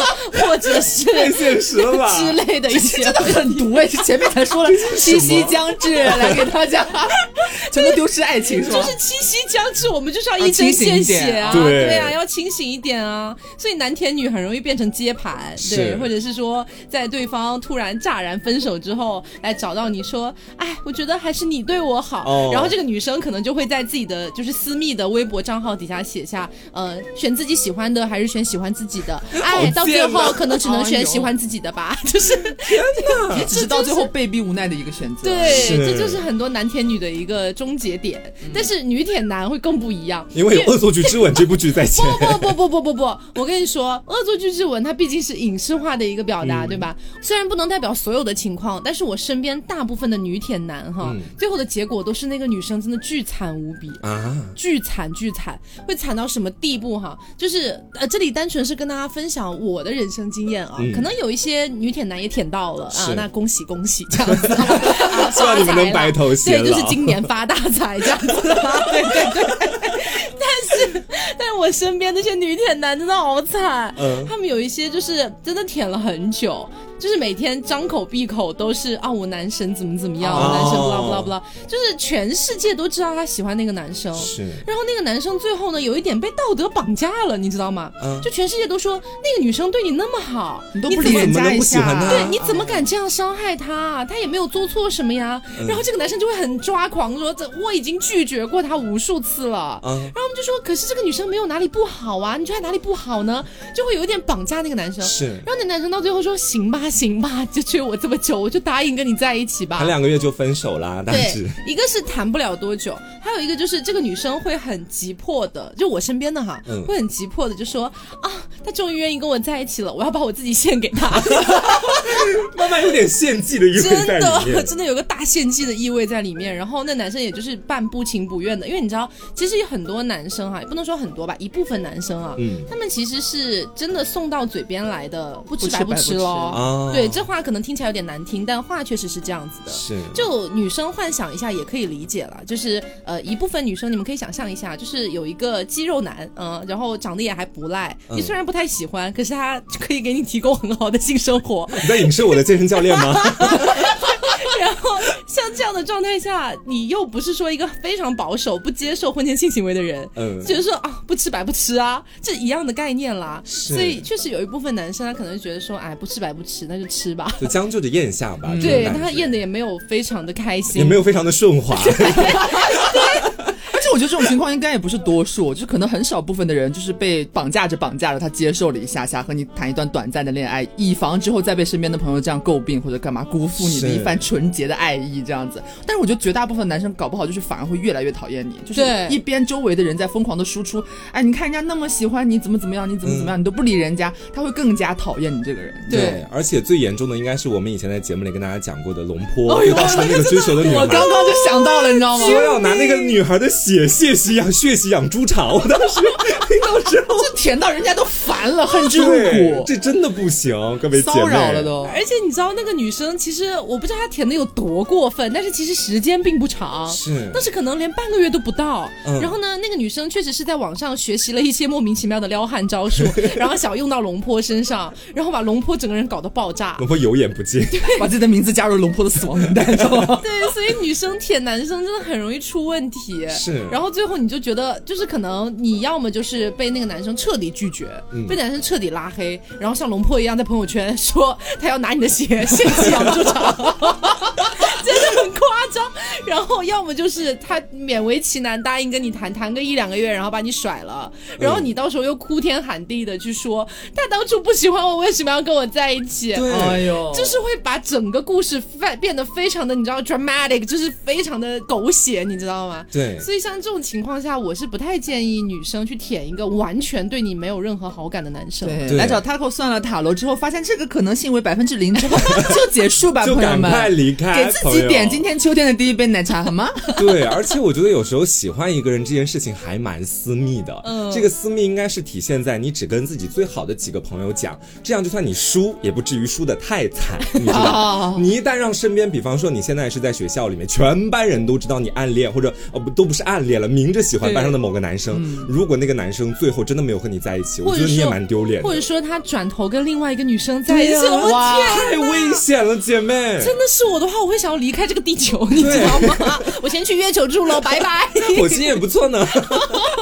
S1: 或者是
S2: 太现实了吧？
S1: 之类的一 些。
S3: 真的很毒哎！前面才说了，七夕将至，来给大家， 全都丢失爱情是吧？
S1: 就是七夕将至，我们就是要一针见血啊！
S2: 要清醒一点对
S1: 对啊，要清醒一点啊！所以男舔女很容易变成接盘，对，
S2: 是
S1: 或者是说在对方突然乍然分手之后，来找到你说，哎，我觉得还是你对我好。
S2: 哦
S1: 然后这个女生可能就会在自己的就是私密
S2: 啊
S1: 的微博账号底下写下，呃，选自己喜欢的还是选喜欢自己的？哎，到最后好可能只能
S3: 哎
S1: 选
S3: 呦
S1: 喜欢自己的吧，就是
S3: 也只是到最后被逼无奈的一个选择。
S1: 对，
S2: 是嗯
S1: 这就是很多男舔女的一个终结点。但是女舔男会更不一样，
S2: 因为有《恶作剧之吻》这部剧在前。
S1: 不不不不不不不， 我跟你说，恶作剧之吻它毕竟是影视化的一个表
S2: 嗯
S1: 达，对吧？虽然不能代表所有的情况，但是我身边大部分的女舔男哈，最后的结果都是那个女生真的巨惨无比。
S2: 嗯啊，
S1: 巨惨巨惨，会惨到什么地步哈？就是呃，这里单纯是跟大家分享我的人生经验啊，
S2: 嗯
S1: 可能有一些女舔男也舔到了啊
S2: 是，
S1: 那恭喜恭喜这样 子，啊
S2: 希望你们
S1: 发财
S2: 能白
S1: 了
S2: 头偕
S1: 对，就是
S2: 老
S1: 今年发大财这样子啊，对对对。但是，但是我身边那些女舔男真的好惨，
S2: 嗯
S1: 他们有一些就是真的舔了很久，就是每天张口闭口都是啊我男神怎么怎么样，
S3: 哦
S1: 我男神不啦不啦不啦，就是全世界都知道他喜欢那个男生，
S2: 是，
S1: 然后那个男生最后呢，有一点被道德绑架了，你知道吗？
S2: 嗯
S1: 就全世界都说那个女生对你那么好，
S3: 你都不
S1: 怎
S3: 理
S1: 么
S2: 你
S3: 人
S2: 怎么
S3: 家
S2: 能
S3: 一
S2: 不喜
S3: 下
S2: 欢
S3: 啊，
S2: 他
S1: 对，你怎么敢这样伤害她？她也没有做错什么呀。
S2: 嗯
S1: 然后这个男生就会很抓狂，说：“这我已经拒绝过她无数次了。”
S2: 啊，
S1: 然后我们就说：“可是这个女生没有哪里不好啊，你觉得她哪里不好呢？”就会有一点绑架那个男生。
S2: 是，
S1: 然后那男生到最后说：“行吧，行吧，就追我这么久，我就答应跟你在一起吧。”
S2: 谈两个月就分手啦，但
S1: 对
S2: 是，
S1: 一个是谈不了多久，还有一个就是这个女生会很急迫的，就我身边的哈，
S2: 嗯
S1: 会很急迫的就说啊，他终于愿意跟我在一起了，我要把我自己献给他，
S2: 慢慢有点献祭的意味
S1: 真
S2: 在里
S1: 的
S2: 面。
S1: 真的有个大献祭的意味在里面。然后那男生也就是半不情不愿的，因为你知道，其实有很多男生啊哈、也不能说很多吧，一部分男生啊，
S2: 嗯
S1: 他们其实是真的送到嘴边来的，不吃
S3: 不吃
S1: 白不
S3: 白不
S1: 吃
S3: 吃
S1: 喽。
S2: 啊，
S1: 对，这话可能听起来有点难听，但话确实是这样子的。
S2: 是
S1: 就女生幻想一下也可以理解了，就是呃一部分女生你们可以想象一下，就是有一个肌肉男，嗯、然后长得也还不赖，
S2: 嗯
S1: 你虽然不太喜欢，可是他可以给你提供很好的性生活。
S2: 你在影射我的健身教练吗？
S1: 然后像这样的状态下，你又不是说一个非常保守不接受婚前性行为的人，
S2: 嗯，
S1: 就是说啊不吃白不吃啊，这一样的概念啦。
S2: 是
S1: 所以确实有一部分男生他可能觉得说，哎不吃白不吃，那就吃吧。
S2: 就将就着咽下吧。这种
S1: 对
S2: 感
S1: 他
S2: 觉
S1: 验的也没有非常的开心，
S2: 嗯也没有非常的 顺滑，
S3: 而且我觉得这种情况应该也不是多数，就是可能很少部分的人就是被绑架着绑架着，他接受了一下下和你谈一段短暂的恋爱，以防之后再被身边的朋友这样诟病或者干嘛辜负你的
S2: 是
S3: 一番纯洁的爱意这样子。但是我觉得绝大部分男生搞不好就是反而会越来越讨厌你，就是
S1: 对
S3: 一边周围的人在疯狂的输出，哎，你看人家那么喜欢你，怎么怎么样，你怎么怎么样，你都不理人家，他会更加讨厌你这个人。
S1: 对
S2: 而且最严重的应该是我们以前在节目里跟大家讲过的龙
S1: 哦
S2: 坡，就当时那个追求的女
S3: 我
S2: 孩，
S3: 刚刚就想到了，你 知道吗？
S2: 说要拿那个女孩的血血洗养血洗养猪场，我当时 听到之后，
S3: 这舔到人家都烦了，恨之入
S2: 对
S3: 骨，，
S2: 这真的不行，各位姐妹，
S3: 骚扰了都。
S1: 而且你知道那个女生，其实我不知道她舔的有多过分，但是其实时间并不长。
S2: 是
S1: 但是可能连半个月都不到，
S2: 嗯
S1: 然后呢，那个女生确实是在网上学习了一些莫名其妙的撩汉招 数，然后想用到龙坡身上，然后把龙坡整个人搞得爆炸。
S2: 龙坡有眼不见，
S3: 把自己的名字加入龙坡的死亡名单，知道 吗？
S1: 对，所以女生舔男生真的很容易出问题。
S2: 是
S1: 然后最后你就觉得，就是可能你要么就是被那个男生彻底拒绝，被男生彻底拉黑，然后像龙破一样在朋友圈说他要拿你的鞋献祭养猪场， 真的很夸张。然后要么就是他勉为其难答应跟你谈，谈个一两个月，然后把你甩了，然后你到时候又哭天喊地的去说他当初不喜欢我，为什么要跟我在一起？
S3: 哎
S2: 哦
S3: 呦，
S1: 就是会把整个故事变变得非常的，你知道 dramatic，就是非常的狗血，你知道吗？
S2: 对
S1: 所以像这种情况下，我是不太建议女生去舔一个完全对你没有任何好感的男生。
S3: 对，
S2: 对
S3: 来找 Taco 算了塔罗之后，发现这个可能性为百分之零之 后就结束吧，
S2: 就
S3: 哎朋友
S2: 赶
S3: 们，
S2: 快离开，
S3: 给自己点今
S2: 天。
S3: 天秋天的第一杯奶茶 好吗？
S2: 对，而且我觉得有时候喜欢一个人这件事情还蛮私密的。
S1: 嗯
S2: 这个私密应该是体现在你只跟自己最好的几个朋友讲，这样就算你输也不至于输得太惨，你知
S1: 哦
S2: 道？你一旦让身边，比方说你现在是在学校里面，全班人都知道你暗恋，或者哦不都不是暗恋了，明着喜欢班上的某个男生。如果那个男生最后真的没有和你在一起，
S1: 嗯
S2: 我
S1: 或
S2: 觉
S1: 者
S2: 得你也
S1: 说
S2: 蛮丢脸的
S1: 或者说他转头跟另外一个女生在一起了，我
S3: 哇，
S2: 太危险了，姐妹。
S1: 真的是我的话，我会想要离开这个地球，你知 道吗？我先去月球住喽，拜拜。
S2: 火星也不错呢，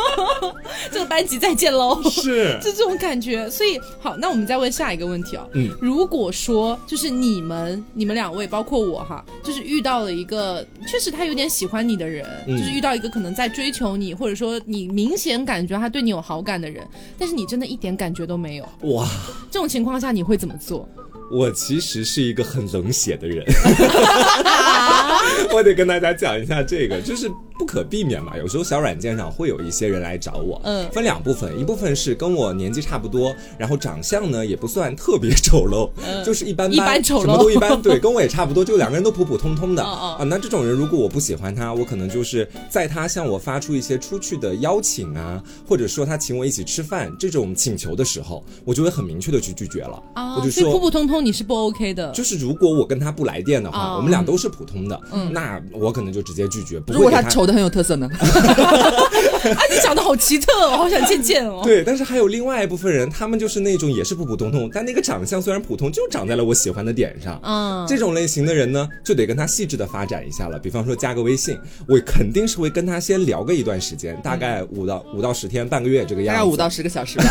S1: 这班级再见 喽，
S2: 是
S1: 就这种感觉。所以好，那我们再问下一个问题啊、
S2: 嗯
S1: 如果说就是你们你们两位，包括我哈，就是遇到了一个确实他有点喜欢你的人，
S2: 嗯
S1: 就是遇到一个可能在追求你，或者说你明显感觉他对你有好感的人，但是你真的一点感觉都没有，
S2: 哇，
S1: 这种情况下你会怎么做？
S2: 我其实是一个很冷血的人，啊
S1: 啊
S2: 我得跟大家讲一下这个，就是不可避免嘛。有时候小软件上会有一些人来找我，
S1: 嗯
S2: 分两部分，一部分是跟我年纪差不多，然后长相呢也不算特别丑陋，就是一般
S1: 嗯
S2: 般，
S1: 一般丑陋
S2: 什么都一般，对，跟我也差不多，就两个人都普普通通 的
S1: 哦哦
S2: 啊。那这种人如果我不喜欢他，我可能就是在他向我发出一些出去的邀请啊，或者说他请我一起吃饭这种请求的时候，我就会很明确的去拒绝了，我就
S1: 哦啊所以
S2: 说
S1: 普普通通你是不 OK 的，
S2: 就是如果我跟他不来电的话，
S1: 哦
S2: 我们俩都是普通的，那我可能就直接拒绝，不
S3: 如
S2: 会
S3: 果
S2: 给
S3: 他
S2: 他。
S3: 丑的很有特色呢？
S1: 啊，你长得好奇特哦，我好想见见哦。
S2: 对，但是还有另外一部分人，他们就是那种也是普普通通，但那个长相虽然普通，就长在了我喜欢的点上。
S1: 嗯，
S2: 这种类型的人呢，就得跟他细致的发展一下了。比方说加个微信，我肯定是会跟他先聊个一段时间，大概五到五到十天、半个月这个
S3: 大
S2: 样
S3: 概
S2: 子。
S3: 五到十个小时吧。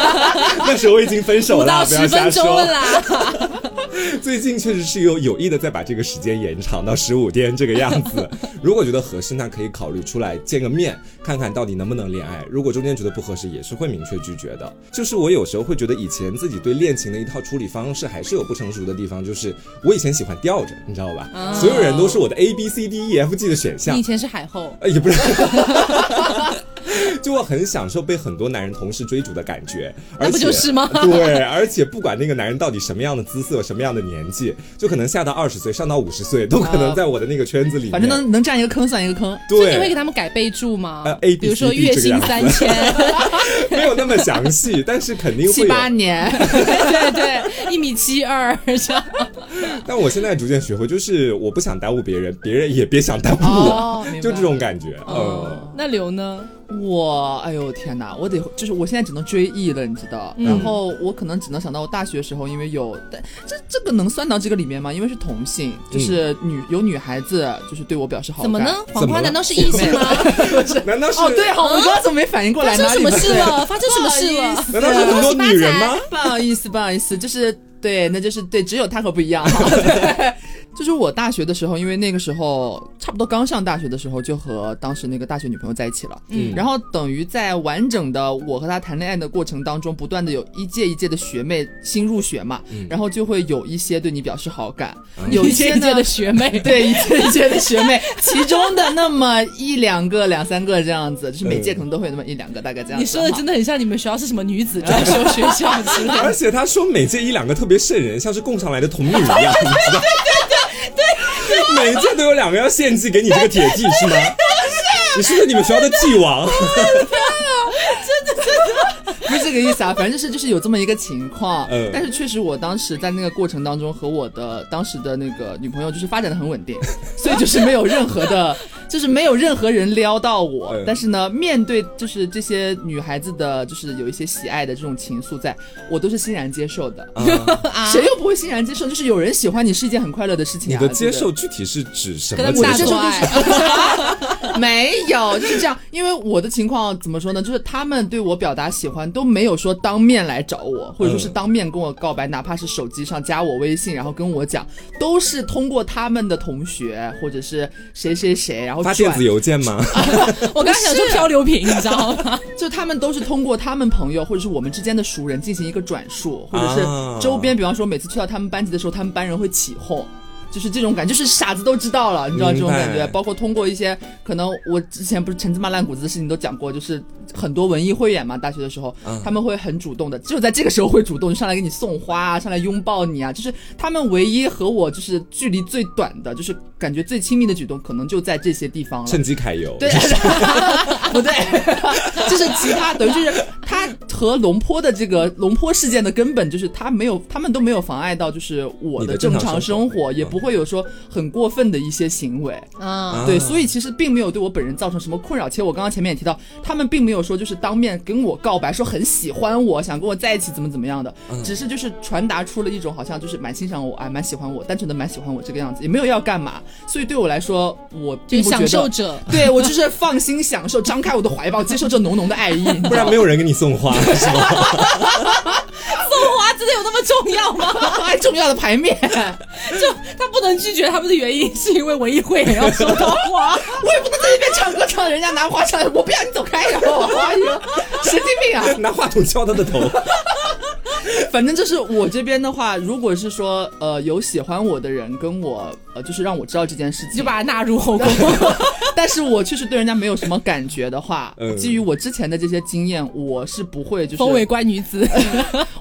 S2: 那时候已经分手
S1: 五
S2: 了，
S1: 到
S2: 不要
S1: 十
S2: 瞎
S1: 分钟
S2: 说
S1: 了。啦，
S2: 最近确实是有有意的在把这个时间延长到十五天这个样子。 如果觉得合适，那可以考虑出来见个面，看看到底能不能恋爱。如果中间觉得不合适，也是会明确拒绝的。就是我有时候会觉得以前自己对恋情的一套处理方式还是有不成熟的地方，就是我以前喜欢吊着，你知道吧？
S1: 哦
S2: 所有人都是我的 A B C D E F G 的选项
S1: 你以，前是海后，
S2: 呃，也不是。 就我很享受被很多男人同时追逐的感觉，
S1: 那
S2: 而
S1: 不
S2: 且
S1: 就是吗
S2: 对，而且不管那个男人到底什么样的姿色、什么样的年纪，就可能下到二十岁、上到五十岁，都可能在我的那个圈子里面。
S3: 啊反正能能占一个坑算一个坑。
S1: 所以你会给
S2: 对，
S1: 他们改备注吗
S2: 呃，A，B，C，D
S1: 比如说月薪三千，
S2: 没有那么详细，但是肯定会
S3: 七
S2: 有。
S3: 八年，
S1: 对对对，一米七二这样。
S2: 但我现在逐渐学会，就是我不想耽误别人，别人也别想耽误我，
S3: 哦明白
S2: 就这种感觉。嗯
S3: 哦
S1: 那刘呢？
S3: 我哎呦天哪，我得就是我现在只能追忆了，你知道？
S1: 嗯
S3: 然后我可能只能想到我大学时候，因为有但这这个能算到这个里面吗？因为是同性，就是女、有女孩子就是对我表示好
S1: 嗯
S3: 感。
S1: 怎么呢？？黄
S2: 怎么
S1: 瓜
S2: 了
S1: 难道是异性吗？
S2: 嗯，难道是？
S3: 哦对，好，我刚刚怎么没反应过
S1: 发
S3: 来呢？
S1: 生什么事
S3: 对
S1: 了？发生什么事了？
S2: 难道是很多女人吗？
S3: 不好意思，不好意思，就是对，那就是对，只有他和不一 样哈。对 就是我大学的时候，因为那个时候差不多刚上大学的时候，就和当时那个大学女朋友在一起了。
S2: 嗯
S3: 然后等于在完整的我和她谈恋爱的过程当中，不断的有一届一届的学妹新入学嘛，
S2: 嗯
S3: 然后就会有一些对你表示好感，
S2: 嗯
S3: 有
S1: 一
S3: 些
S1: 届一
S3: 呢
S1: 届的学妹，
S3: 对，一届一届的学妹，其中的那么一两个、两三个这样子，就是每
S1: 嗯
S3: 届可能都会有那么一两个，大概这样子。
S1: 你说的
S3: 哈
S1: 真的很像你们学校是什么女子专修学校之类的。
S2: 而且他说每届一两个特别瘆人，像是供上来的童女一 样，你知道？每一届都有两个要献祭给你这个铁骑 是吗？你是不是你们学校的祭王？
S3: 不是这个意思啊，反正就是就是有这么一个情况，
S2: 嗯
S3: 但是确实我当时在那个过程当中和我的当时的那个女朋友就是发展的很稳定， 所以就是没有任何的，就是没有任何人撩到我，
S2: 嗯
S3: 但是呢，面对就是这些女孩子的，就是有一些喜爱的这种情愫在，我都是欣然接受的，
S2: 啊
S1: 啊
S3: 谁又不会欣然接受？就是有人喜欢你是一件很快乐的事 情、
S2: 你
S3: 啊，
S2: 的
S3: 对
S2: 接
S3: 不对
S2: 受具体是指什
S1: 跟
S2: 么
S1: 他
S2: 接
S1: 们大
S2: 受
S1: 做？爱，
S3: 没有，就是这样。因为我的情况怎么说呢？就是他们对我表达喜欢都没有说当面来找我，或者说是当面跟我告白，哪怕是手机上加我微信，然后跟我讲，都是通过他们的同学或者是谁谁谁，然后
S2: 发
S3: 转
S2: 电子邮件吗？
S1: 我刚才想说漂流瓶，你知道吗？
S3: 就他们都是通过他们朋友或者是我们之间的熟人进行一个转述，或者是
S2: 啊
S3: 周边，比方说每次去到他们班级的时候，他们班人会起哄。就是这种感觉，就是傻子都知道了，你知道这种感
S2: 明
S3: 觉。
S2: 白
S3: 包括通过一些可能我之前不是陈芝麻烂谷子的事情都讲过，就是很多文艺汇演嘛，大学的时候、
S2: 嗯
S3: 他们会很主动的，只有在这个时候会主动就上来给你送花啊，上来拥抱你啊，就是他们唯一和我就是距离最短的，就是感觉最亲密的举动，可能就在这些地方了。
S2: 趁机揩油。
S3: 对， 不对， 就是其他等于就是他和龙坡的这个龙坡事件的根本就是他没有，他们都没有妨碍到就是我
S2: 你的
S3: 正
S2: 正常
S3: 常生
S2: 生
S3: 活，
S2: 活
S3: 也
S2: 嗯
S3: 不会有说很过分的一些行为。
S1: 啊，
S3: 对，所以其实并没有对我本人造成什么困扰。其实我刚刚前面也提到，他们并没有说就是当面跟我告白，说很喜欢我，想跟我在一起，怎么怎么样的，只是就是传达出了一种好像就是蛮欣赏我，哎，蛮喜欢我，单纯的蛮喜欢我这个样子，也没有要干嘛。所以对我来说，我 并
S1: 就
S3: 不觉
S1: 享
S3: 得
S1: 受者。
S3: 对我就是放心享受，张张开我的怀抱，接受这浓浓的爱意， 你知道吗
S2: 不然没有人给你送 花，是吗？
S1: 送花真的有那么重要吗？
S3: 还重要的牌面，
S1: 就他不能拒绝他们的原因，是因为文艺汇也要收到花。
S3: 我也不能在那边唱歌唱，人家拿花上来，我不要你走开，然后哎呦， 神经病啊！
S2: 拿话筒敲他的头，
S3: 反正就是我这边的话，如果是说呃有喜欢我的人跟我呃就是让我知道这件事
S1: 你就
S3: 情，
S1: 把它纳入后宫。
S3: 但是我确实对人家没有什么感觉的话，
S2: 嗯
S3: 基于我之前的这些经验，我是不会就是
S1: 封为官女子，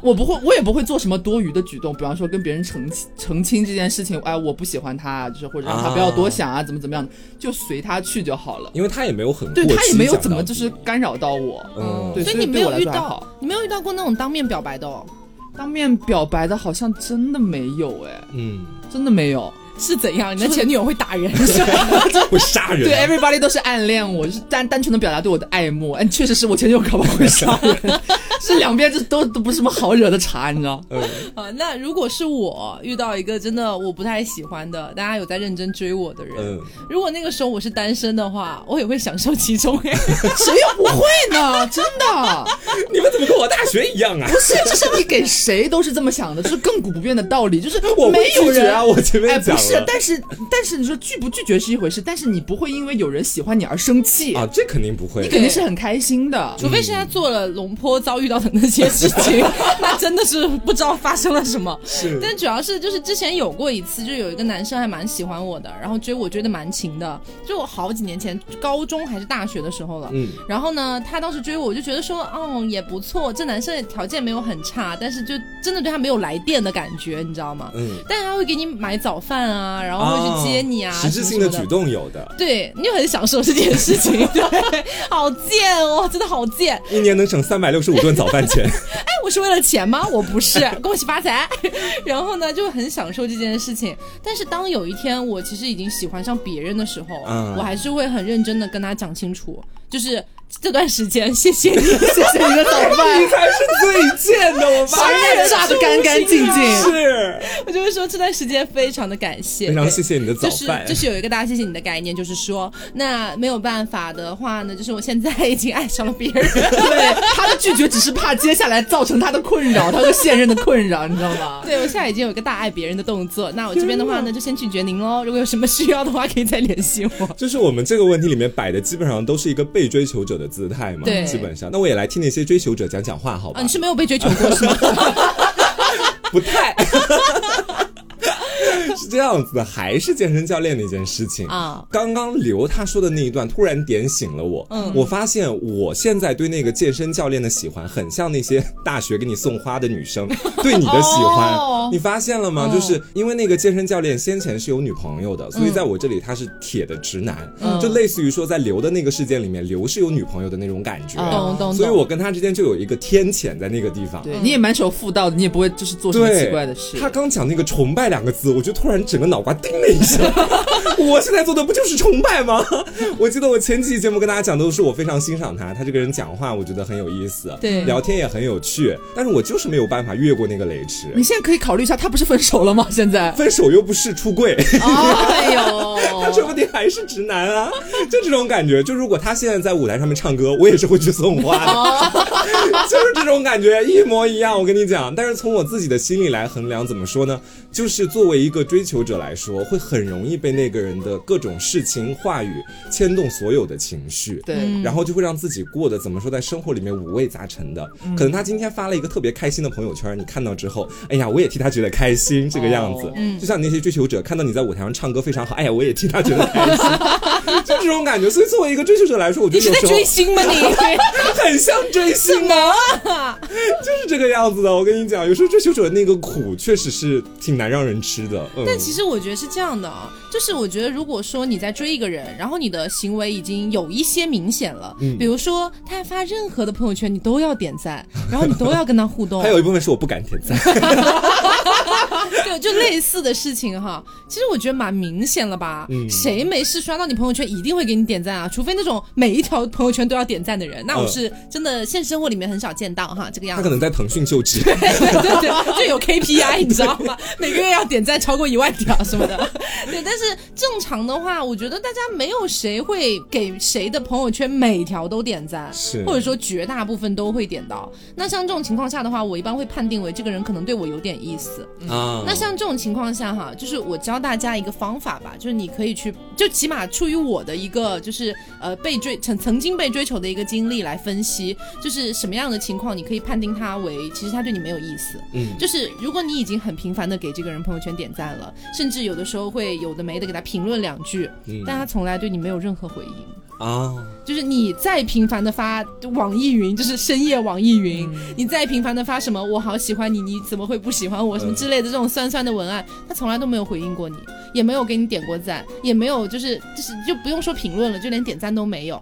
S3: 我不会，我也不会做什么多余的举动，比方说跟别人澄清澄清这件事情，哎，我不喜欢他，就是或者让他不要多想啊，怎么怎么样的，就随他去就好了。
S2: 因为他也没有很
S3: 对
S2: 过
S3: 他也
S2: 激
S3: 没有
S2: 讲
S3: 怎么
S2: 到
S3: 就是
S2: 底
S3: 干扰到我，
S2: 嗯
S3: 对
S1: 所以
S3: 所以
S1: 你没
S3: 对我
S1: 有
S3: 来
S1: 遇
S3: 说还
S1: 到
S3: 好，
S1: 你没有遇到过那种当面表白的哦，
S3: 当面表白的好像真的没有哎，
S2: 嗯，
S3: 真的没有。
S1: 是怎样？你的
S3: 就是
S1: 前女友会打人是吧？
S2: 会杀人。
S3: 对，everybody 都是暗恋我，就是单单纯的表达对我的爱慕。嗯，确实是我前女友搞不好会杀人，是两边这都都不是什么好惹的茶，你知道？
S2: 嗯，
S1: 啊，那如果是我遇到一个真的我不太喜欢的，大家有在认真追我的人，
S2: 嗯，
S1: 如果那个时候我是单身的话，我也会享受其中。 哎，
S3: 谁又不会呢？真的，
S2: 你们怎么跟我大学一样啊？
S3: 不是，就是你给谁都是这么想的，这是亘古不变的道理，就是
S2: 我会
S3: 没有
S2: 拒绝
S3: 人
S2: 啊，。我前
S3: 哎，
S2: 面
S3: 不
S2: 讲
S3: 是
S2: 了，
S3: 但是但是你说拒不拒绝是一回事，但是你不会因为有人喜欢你而生气，
S2: 啊，这肯定不会
S3: 你。肯定是很开心的。
S1: 除非是他做了龙坡遭遇到的那些事情， 那真的是不知道发生了什么。
S2: 是
S1: 但主要是就是之前有过一次，就有一个男生还蛮喜欢我的，然后追我追的蛮勤的，就我好几年前高中还是大学的时候了。
S2: 嗯，
S1: 然后呢，他当时追我，我就觉得说，哦，也不错，这男生也条件没有很差，但是就真的对他没有来电的感觉，你知道吗？
S2: 嗯，哦
S1: 但是他会给你买早饭啊，然后会去接你啊，
S2: 实质性的
S1: 什么什么
S2: 举
S1: 的。
S2: 动有的，
S1: 对，你就很享受这件事情，对，好贱哦，真的好贱！
S2: 一年能省三百六十五顿早饭 钱。
S1: 哎，我是为了钱吗？我不 是，恭喜发财。然后呢，就很享受这件事情。但是当有一天我其实已经喜欢上别人的时候，
S2: 嗯
S1: 我还是会很认真的跟他讲清楚，就是这段时间谢谢你，
S3: 谢谢你的早饭
S2: 你，才是最贱的，我
S3: 把
S2: 发现
S3: 面炸得干干净 净。
S2: 是。
S1: 我就会说这段时间非常的感谢，
S2: 非常
S1: 对
S2: 谢谢你的早
S1: 就是
S2: 饭
S1: 就，是有一个大家谢谢你的概念，就是说，那没有办法的话呢，就是我现在已经爱上了别 人，
S3: 对，他的拒绝只是怕接下来造成他的困扰，他和现任的困扰，你知道吗？
S1: 对我现在已经有一个大爱别人的动作。那我这边的话呢，就先拒绝您喽。如果有什么需要的话，可以再联系我。
S2: 就是我们这个问题里面摆的基本上都是一个被追求者的姿态嘛，
S1: 对
S2: 基本上。那我也来替那些追求者讲讲话，好吧？
S1: 啊，你是没有被追求过 是吗？
S2: 不太。 是这样子的，还是健身教练那件事情
S1: 啊
S2: 刚刚刘他说的那一段突然点醒了我，嗯，我发现我现在对那个健身教练的喜欢，很像那些大学给你送花的女 生对你的喜欢，
S1: 哦
S2: 你发现了吗？
S1: 嗯
S2: 就是因为那个健身教练先前是有女朋友的，所以在我这里他是铁的直男，
S1: 嗯
S2: 就类似于说在刘的那个事件里面，刘是有女朋友的那种感觉，
S3: 哦
S1: 懂懂
S2: 所以
S1: 懂。
S2: 我跟他之间就有一个天谴在那个地方，
S3: 对，你也蛮守妇道的，你也不会就是做什么
S2: 对，
S3: 奇怪的事。
S2: 他刚讲那个“崇拜”两个字，我就突然整个脑瓜叮了一下。 我现在做的不就是崇拜吗？ 我记得我前几期节目跟大家讲，都是我非常欣赏他，他这个人讲话我觉得很有意思，
S1: 对
S2: 聊天也很有趣，但是我就是没有办法越过那个雷池。，
S3: 你现在可以考虑一下，他不是分手了吗？现在
S2: 分手又不是出柜，
S1: 哦
S3: 哎
S2: 他说
S3: 呦，
S2: 不定还是直男啊，就这种感觉。就如果他现在在舞台上面唱歌，我也是会去送花的， 就是这种感觉一模一样。我跟你讲，但是从我自己的心里来衡量，怎么说呢？就是作为一个追求者来说，会很容易被那个人的各种事情、话语牵动所有的情绪。
S3: 对，
S1: 嗯
S2: 然后就会让自己过得怎么说，在生活里面五味杂陈的。
S1: 嗯
S2: 可能他今天发了一个特别开心的朋友圈，你看到之后，哎呀，我也替他觉得开心，这个样子
S3: 哦。
S1: 嗯
S2: 就像你那些追求者看到你在舞台上唱歌非常好，哎呀，我也替他觉得开 心，就这种感觉。所以作为一个追求者来说，我觉
S1: 你
S2: 得
S1: 是
S2: 有
S1: 在
S2: 时
S1: 追
S2: 候
S1: 星吗你？
S2: 很像追星啊，就是这个样子的。我跟你讲，有时候追求者那个苦确实是挺难让人吃的。嗯，
S1: 但其实我觉得是这样的啊，就是我觉得如果说你在追一个人，然后你的行为已经有一些明显了，
S2: 嗯
S1: 比如说他发任何的朋友圈，你 都要点赞，然后你都要跟他互动
S2: 还。有一部分是我不敢点赞，
S1: 有就类似的事情哈。其实我觉得蛮明显了吧，
S2: 嗯
S1: 谁没事刷到你朋友圈一定会给你点赞啊，除非那种每一条朋友圈都要点赞的人，那我
S2: 嗯
S1: 是真的现实生活里面很少见到哈这个样
S2: 他
S1: 子。
S2: 可能在腾讯就职，
S1: 对对对，就有 KPI，你知道吗？每个月要点赞超过一万条什么的。对，但是正常的话，我觉得大家没有谁会给谁的朋友圈每条都点赞，
S2: 是
S1: 或者说绝大部分都会点到。那像这种情况下的话，我一般会判定为这个人可能对我有点意思。
S2: 啊，
S1: 那像这种情况下哈，就是我教大家一个方法吧，就是你可以去，就起码出于我的一个就是呃被追曾曾经被追求的一个经历来分析，就是什么样的情况你可以判定他为其实他对你没有意思。
S2: 嗯
S1: 就是如果你已经很频繁的给这个人朋友圈点赞了，甚至有的时候会有的没的给他评论两句，
S2: 嗯
S1: 但他从来对你没有任何回应。
S2: 啊，
S1: 就是你再频繁的发网易云，就是深夜网易云，
S3: 嗯
S1: 你再频繁的发什么我好喜欢你，你怎么会不喜欢我什么之类的这种酸酸的文案，他从来都没有回应过你，也没有给你点过赞，也没有就是就是就不用说评论了，就连点赞都没有。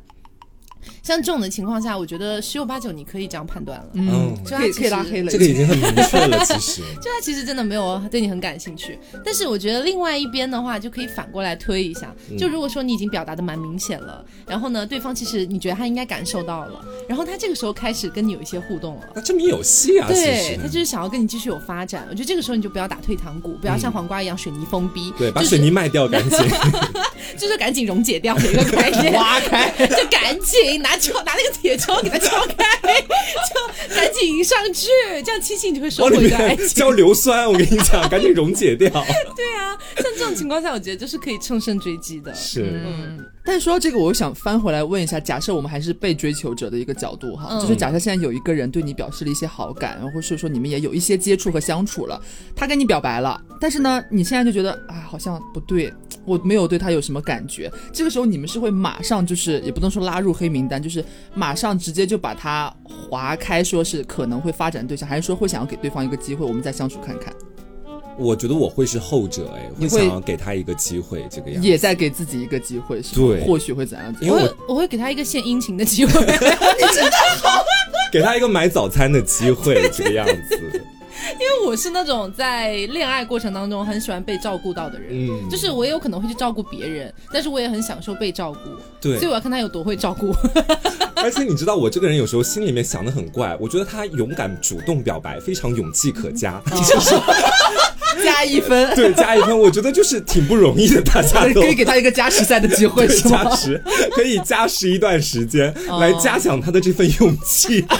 S1: 像这种的情况下，我觉得十有八九你可以这样判断了，
S2: 哦
S3: 嗯，
S1: 就他
S3: 可以
S1: 其
S3: 可以拉
S1: 实
S3: 黑了，
S2: 这个已经很明确了，其实
S1: 就他其实真的没有对你很感兴趣。但是我觉得另外一边的话，就可以反过来推一下，就如果说你已经表达的蛮明显了，然后呢，对方其实你觉得他应该感受到了，然后他这个时候开始跟你有一些互动了。
S2: 那证明有戏啊，其
S1: 对他就
S2: 实
S1: 是想要跟你继续有发展，我觉得这个时候你就不要打退堂鼓，不要像黄瓜一样水泥封闭，
S2: 嗯对，把
S1: 就是
S2: 水泥卖掉赶紧，
S1: 就是赶紧溶解掉的一个概念，
S3: 挖开。
S1: 就赶紧拿锹拿那个铁锹给它敲开，就赶紧迎上去，这样亲戚你就会收
S2: 往
S1: 获
S2: 里
S1: 一段爱
S2: 面
S1: 情。
S2: 浇硫酸，我跟你讲，赶紧溶解掉，
S1: 对啊，像这种情况下，我觉得就是可以乘胜追击的。
S2: 是
S3: 但是说到这个，我又想翻回来问一下，假设我们还是被追求者的一个角度哈，
S1: 嗯
S3: 就是假设现在有一个人对你表示了一些好感，然后或者说你们也有一些接触和相处了，他跟你表白了，但是呢，你现在就觉得哎，好像不对，我没有对他有什么感觉。这个时候你们是会马上就是也不能说拉入黑名单，就是马上直接就把他划开，说是可能会发展对象，还是说会想要给对方一个机会，我们再相处看看，
S2: 我觉得我会是后者，哎，
S3: 你
S2: 会
S3: 会
S2: 想要给他一个机会，这个样子。
S3: 也在给自己一个机会，是吧
S2: 对
S3: 或许会怎样？怎
S2: 因
S3: 样
S1: 我
S2: 为
S1: 会
S2: 我
S1: 我会给他一个献殷勤的机 会，因
S2: 给他一个买早餐的机会，这个样子，
S1: 为我是那种在恋爱过程当中很喜欢被照顾到的人。
S2: 嗯，
S1: 就是我也有可能会去照顾别人，但是我也很享受被照顾，所以
S2: 对。
S1: 我要看他有多会照顾我。
S2: 而且你知道，我这个人有时候心里面想的很怪，我觉得他勇敢主动表白，非常勇气可嘉，就是
S3: 加一 分。
S2: 对加一分，我觉得就是挺不容易的，大家都
S3: 可以给他一个加时赛的机会，是
S2: 加
S3: 吗？
S2: 持，可以加持一段时间，
S1: 哦
S2: 来加强他的这份勇气。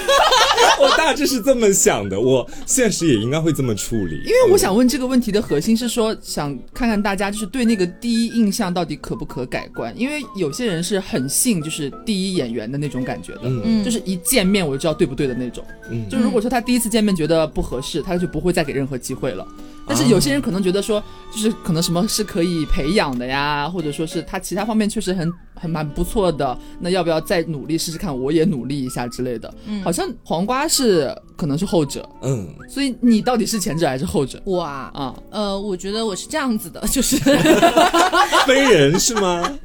S2: 我大致是这么想的，我现实也应该会这么处理，
S3: 因为我想问这个问题的核心是说，想看看大家就是对那个第一印象到底可不可改观，因为有些人是很信就是第一眼缘的那种感觉的。
S2: 嗯，
S1: 嗯，
S3: 就是一见面我就知道对不对的那种，
S2: 嗯
S3: 就如果说他第一次见面觉得不合适，他就不会再给任何机会了。但是有些
S2: 哦
S3: 人可能觉得说，就是可能什么是可以培养的呀，或者说是他其他方面确实很很蛮不错的，那要不要再努力试试看？我也努力一下之类的。好像黄瓜是可能是后者，
S2: 嗯，
S3: 所以你到底是前者还是后者
S1: 我啊，
S3: 啊？
S1: 呃，我觉得我是这样子的，就是
S2: 非人是吗？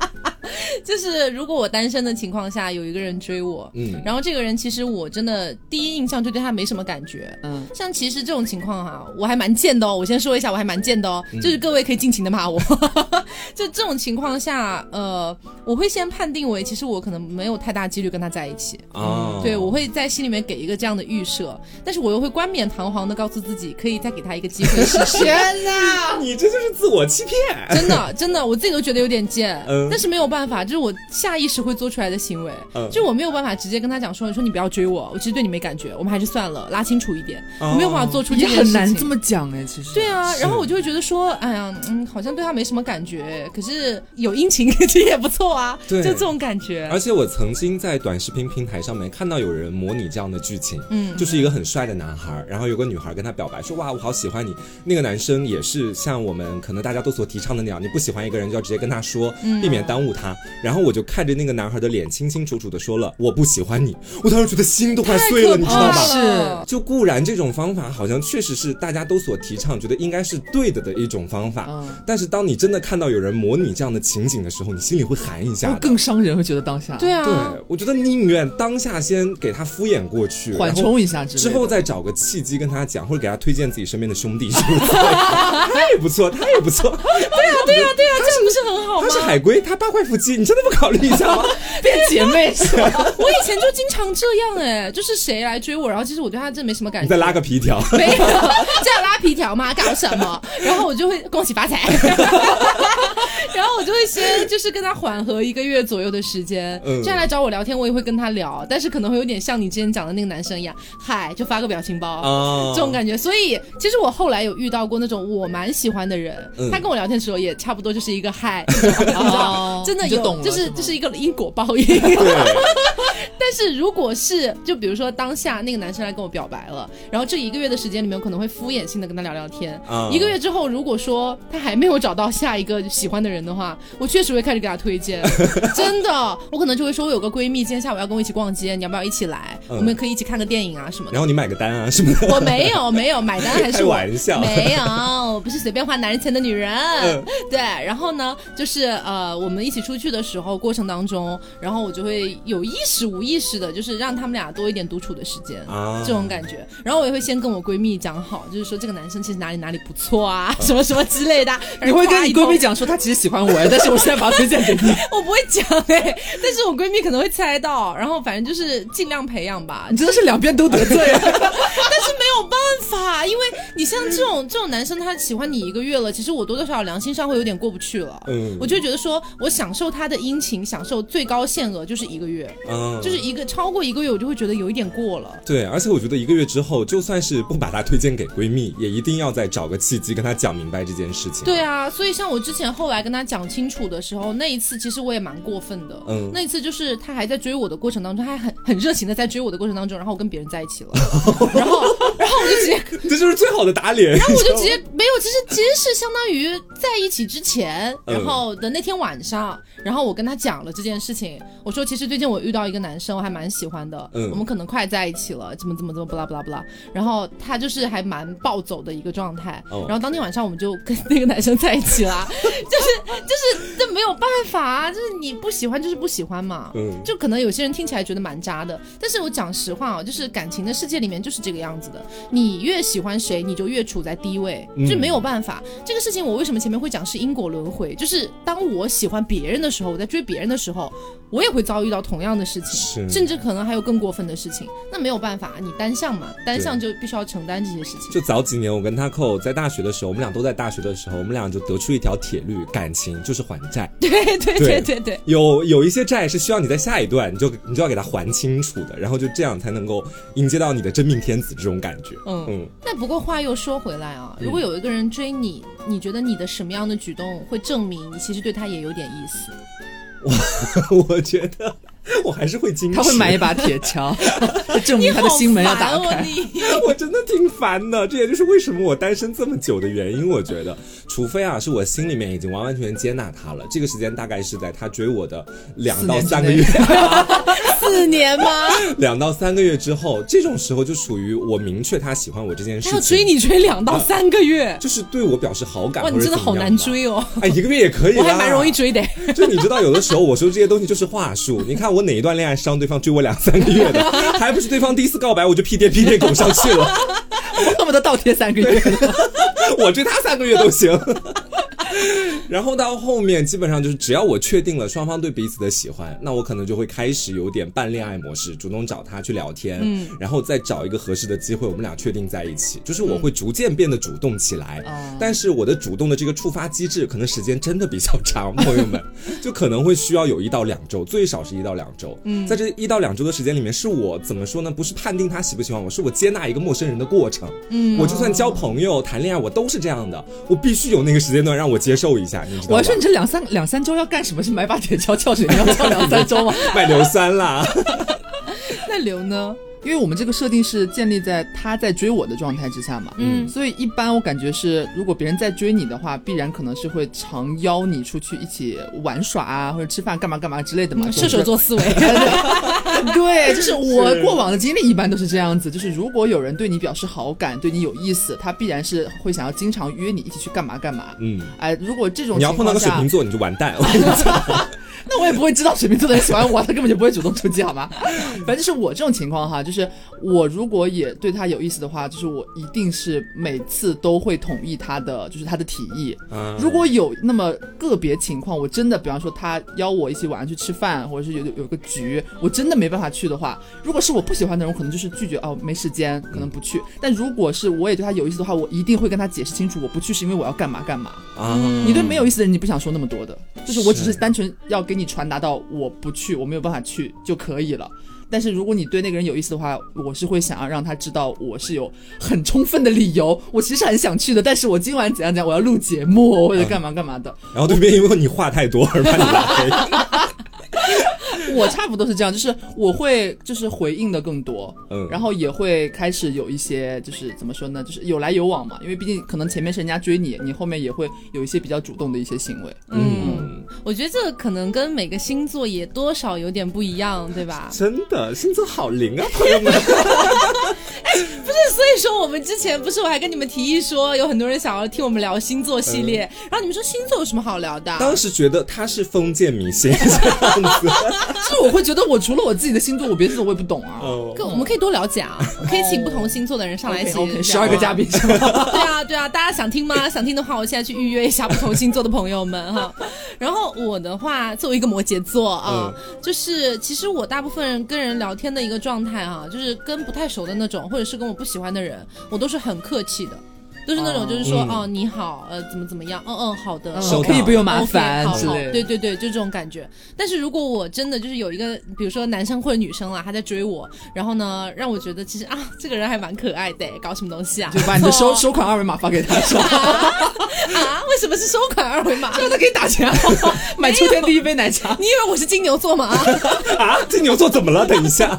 S1: 就是，如果我单身的情况下有一个人追我，
S2: 嗯
S1: 然后这个人其实我真的第一印象就对他没什么感觉，
S3: 嗯，
S1: 像其实这种情况哈、我还蛮贱的哦。我先说一下，我还蛮贱的哦，就是各位可以尽情的骂我。 就这种情况下，呃，我会先判定为其实我可能没有太大几率跟他在一起。
S2: 啊，
S1: 对，我会在心里面给一个这样的预设，但是我又会冠冕堂皇的告诉自己，可以再给他一个机会试 试。
S3: 天哪！
S2: 啊你这就是自我欺骗。
S1: 真的，真的，我自己都觉得有点贱，
S2: 嗯
S1: 但是没有办法，这是我下意识会做出来的行为，
S2: 嗯
S1: 就是我没有办法直接跟他讲说，你说你不要追我，我其实对你没感觉，我们还是算了，拉清楚一点，
S2: 哦
S1: 我没有办法做出这
S3: 也
S1: 件事情。
S3: 很难这么讲哎，其实
S1: 对啊，
S2: 是
S1: 然后我就会觉得说，哎呀，嗯，好像对他没什么感觉，可是有殷勤 其实也不错啊，
S2: 对
S1: 就这种感觉
S2: 而。且我曾经在短视频平台上面看到有人模拟这样的剧情，嗯，就是一个很帅的男孩，然后有个女孩跟他表白说：“哇，我好喜欢你。”那个男嗯生也是像我们可能大家都所提倡的那样，你不喜欢一个人就要直接跟他说，避免耽误他。呀。然后我就看着那个男孩的脸，清清楚楚的说了我不喜欢你。我当时觉得心都快碎了，你知道吧？
S1: 是
S2: 就固然这种方法好像确实是大家都所提倡，觉得应该是对的的一种方法，
S3: 嗯
S2: 但是当你真的看到有人模拟这样的情景的时候，你心里会寒一下
S3: 会
S2: 的。
S3: 更伤人，会觉得当下
S1: 对啊，
S2: 对，我觉得宁愿当下先给他敷衍过去，然
S3: 缓
S2: 后
S3: 冲一下之
S2: 之
S3: 类的
S2: 后再找个契机跟他讲，或者给他推荐自己身边的 兄弟，是不是他也不错，他也不错。对呀、对呀、对呀、
S1: 啊这样不是很好吗
S2: 他？是海归，他八块腹肌，你真的不考虑一下吗？
S3: 变姐妹是吧？
S1: 我以前就经常这样哎，就是谁来追我，然后其实我对他真没什么感
S2: 你
S1: 觉，
S2: 再拉个皮 条，
S1: 没有，这样拉皮条嘛，搞什么？ 然后我就会恭喜发财， 然后我就会先就是跟他缓和一个月左右的时间，
S2: 嗯
S1: 这样来找我聊天，我也会跟他聊，但是可能会有点像你之前讲的那个男生一样，嗨，就发个表情包。
S2: 啊
S1: 这种感觉，所以其实我后来有遇到过那种我蛮喜欢的人，
S2: 嗯
S1: 他跟我聊天的时候也差不多就是一个嗨，你知道真的
S3: 你就
S1: 有，
S3: 懂了
S1: 就是
S3: 是吗
S1: 就是一个因果报应。
S2: 哦对，
S1: 但是如果是就比如说当下那个男生来跟我表白了，然后这一个月的时间里面，我可能会敷衍性的跟他聊聊天。
S2: 啊
S1: 一个月之后，如果说他还没有找到下一个喜欢的人的话，我确实会开始给他推 荐，真的，我可能就会说，我有个闺蜜今天下午要跟我一起逛街，你要不要一起来？
S2: 嗯
S1: 我们可以一起看个电影啊什么的。
S2: 然后你买个单啊什么 的。
S1: 我没有没有买单还是
S2: 开
S1: 我
S2: 玩笑
S1: 没有，我不是随便花男人钱的女人。
S2: 嗯
S1: 对，然后呢，就是呃，我们一起出去的时候过程当中，然后我就会有意识无意识的，就是让他们俩多一点独处的时间。
S2: 啊
S1: 这种感觉，然后我也会先跟我闺蜜讲好，就是说这个男生其实哪里哪里不错啊，什么什么之类的。
S3: 你会跟你闺蜜
S1: 讲？
S3: 讲说他其实喜欢我，但是我现在把他推荐给 你，
S1: 我不会讲哎、但是我闺蜜可能会猜到，然后反正就是尽量培养吧，
S3: 你真的是两边都得罪啊了。
S1: 但是没有办法，因为你像这
S2: 嗯
S1: 种这种男生，他喜欢你一个月了，其实我多多少少良心上会有点过不去了。
S2: 嗯
S1: 我就觉得说我享受他的殷勤，享受最高限额就是一个月，
S2: 嗯，
S1: 就是一个超过一个月，我就会觉得有一点过了。
S2: 对，而且我觉得一个月之后，就算是不把她推荐给闺蜜，也一定要再找个契机跟她讲明白这件事情。
S1: 对啊，所以像我之前后来跟他讲清楚的时候，那一次其实我也蛮过分的。
S2: 嗯
S1: 那一次就是他还在追我的过程当中，他还很很热情的在追我的过程当中，然后我跟别人在一 起了，然后然后我就直接
S2: 这就是最好的打脸。然
S1: 我就直接没有，其实其实是相当于在一起之前，
S2: 嗯
S1: 然后的那天晚上，然后我跟他讲了这件事情，我说其实最近我遇到一个男生，我还蛮喜欢的，
S2: 嗯
S1: 我们可能快在一起了，怎么怎么怎么不啦不啦不啦，然后他就是还蛮暴走的一个状态，
S2: 哦
S1: 然后当天晚上我们就跟那个男生在一起啦， 就是就是这没有办法啊，就是你不喜欢就是不喜欢嘛，
S2: 嗯
S1: 就可能有些人听起来觉得蛮渣的，但是我讲实话啊、就是感情的世界里面就是这个样子的，你越喜欢谁，你就越处在低位，
S2: 嗯
S1: 就没有办法。这个事情我为什么前面会讲是因果轮回，就是当我喜欢别人的时候，我在追别人的时候，我也会遭遇到同样的事情，
S2: 是
S1: 甚至可能还有更过分的事情。那没有办法，你单向嘛，单向就必须要承担这些事情。
S2: 就早几年，我跟他扣在大学的时候，我们俩都在大学的时候，我们俩就得出一条铁律：感情就是还债。
S1: 对对对对对，
S2: 有有一些债是需要你在下一段你就你就要给他还清楚的，然后就这样才能够迎接到你的真命天子这种感觉。
S1: 嗯
S2: 嗯，
S1: 但不过话又说回来啊，如果有一个人追你，你觉得你的什么样的举动会证明你其实对他也有点意思？
S2: 我觉得我还是会矜持。
S3: 他会买一把铁 锹，就证
S1: 你
S3: 明他的心门要打
S1: 好烦哦
S3: 开。
S1: 你
S2: 我真的挺烦的，这也就是为什么我单身这么久的原因。我觉得，除非啊，是我心里面已经完完全全接纳他了，这个时间大概是在他追我的
S1: 啊
S2: 两到三个月，
S1: 四年吗？
S2: 两到三个月之后，这种时候就属于我明确他喜欢我这件事
S1: 他
S2: 情。
S1: 要追，你追两到三个月，
S2: 就是对我表示好感。
S1: 哇，你真的好难
S2: 哦！
S1: 追哦！
S2: 哎，一个月也可以
S1: 我
S2: 啦，
S1: 还蛮容易。追的，
S2: 就你知道，有的时候我说这些东西就是话术。你看我哪一段恋爱是让对方追我两三 个月的，还不是对方第一次告白我就屁颠屁颠拱上去了，
S3: 我 恨不得倒贴三个月。
S2: 我追他三个月都行。 然后到后面基本上就是，只要我确定了双方对彼此的喜欢，那我可能就会开始有点半恋爱模式，主动找他去聊天，然后再找一个合适的机会，我们俩确定在一起。就是我会逐渐变得主动起来，但是我的主动的这个触发机制，可能时间 真的比较长，朋友们，就可能会需要有一到两周，最少是一到两周。嗯，在这一到两周的时间里面，是我怎么说呢？不是判定他喜不喜欢我，是我接纳一个陌生人的过程。嗯，我就算交朋友、谈恋爱，我都是这样的，我必须有那个时间段让我接受一下，你知道吗
S3: 我还？说你这两三两三周要干什么？是买 把铁锹撬水，你要撬两三周吗？
S2: 卖硫酸啦，
S1: 那刘呢？
S3: 因为我们这个设定是建立在他在追我的状态之下嘛，
S1: 嗯
S3: 所以一般我感觉是，如果别人在追你的话，必然可能是会常邀你出去一起玩耍啊，或者吃饭干嘛干嘛之类
S2: 嗯
S3: 的嘛。
S1: 嗯射手座思维，
S3: 总 之， 对，就是我
S2: 是
S3: 过往的经历一般都是这样子，就是如果有人对你表示好感，对你有意思，他必然是会想要经常约你一起去干嘛干嘛。
S2: 嗯，
S3: 哎，如果这种
S2: 你要
S3: 情
S2: 碰到个
S3: 况
S2: 水
S3: 下
S2: 瓶，座你就完蛋，我跟 你讲，
S3: 那我也不会知道水瓶座的人喜欢我，他根本就不会主动出击，好吗？ 反正就是我这种情况哈，就是我如果也对他有意思的话，就是我一定是每次都会同意他的，就是他的提议。
S2: 啊
S3: 如果有那么个别情况，我真的，比方说他邀我一起晚上去吃饭，或者是有有个局，我真的没办法去的话，如果是我不喜欢的人，我可能就是拒绝哦，没时间，可能不去。但如果是我也对他有意思的话，我一定会跟他解释清楚，我不去是因为我要干嘛干嘛。
S2: 啊，
S3: 你对没有意思的人，你不想说那么多的，就是我只是
S2: 是
S3: 单纯要给你传达到我不去，我没有办法去就可以了。但是如果你对那个人有意思的话，我是会想要让他知道我是有很充分的理由，我其实很想去的，但是我今晚怎样怎样，我要录节目或者干嘛干嘛的，
S2: 然后对面因为你话太多而把你 拉黑，
S3: 我差不多是这样，就是我会就是回应的更多，
S2: 嗯
S3: 然后也会开始有一些就是怎么说呢，就是有来有往嘛，因为毕竟可能前面是人家追你，你后面也会有一些比较主动的一些行为，
S2: 嗯，
S1: 我觉得这个可能跟每个星座也多少有点不一样，对吧？
S2: 真的星座好灵啊，朋友们，
S1: 所以说，我们之前不是我还跟你们提议说，有很多人想要听我们聊星座系列，然后你们说星座有什么好聊的？啊
S2: 当时觉得他是封建迷信这样子，
S3: 就是我会觉得我除了我自己的星座，我别的我也不懂啊。
S2: 哦
S1: 可我们可以多了解 啊，可以请不同星座的人上来一起
S3: OK，十
S1: 聊啊
S3: 二个嘉。宾是吧？
S1: 对啊，对啊，大家想听吗？ 想听的话，我现在去预约一下不同星座的朋友们 哈。然后我的话，作为一个摩羯座啊，
S3: 嗯
S1: 就是其实我大部分跟人聊天的一个状态啊，就是跟不太熟的那种，或者是跟我不喜欢的人，我都是很客气的，都是那种就是说
S2: 嗯
S1: 哦你好，呃怎么怎么样，嗯嗯好的，
S2: 收到
S3: 可以不用麻
S1: OK，
S3: 烦
S1: 好好
S3: 之类的。
S1: 对对对，就这种感觉。但是如果我真的就是有一个，比如说男生或者女生啊啦，他在追我，然后呢，让我觉得其实啊，这个人还蛮可爱的，搞什么东西啊？
S3: 就把你的收
S1: 哦
S3: 收款二维码发给他，说
S1: 啊？为什么是收款二维码？
S3: 让他给你打钱， 买秋天第一杯奶茶。
S1: 你以为我是金牛座吗？啊
S2: 啊，金牛座怎么了？等一下，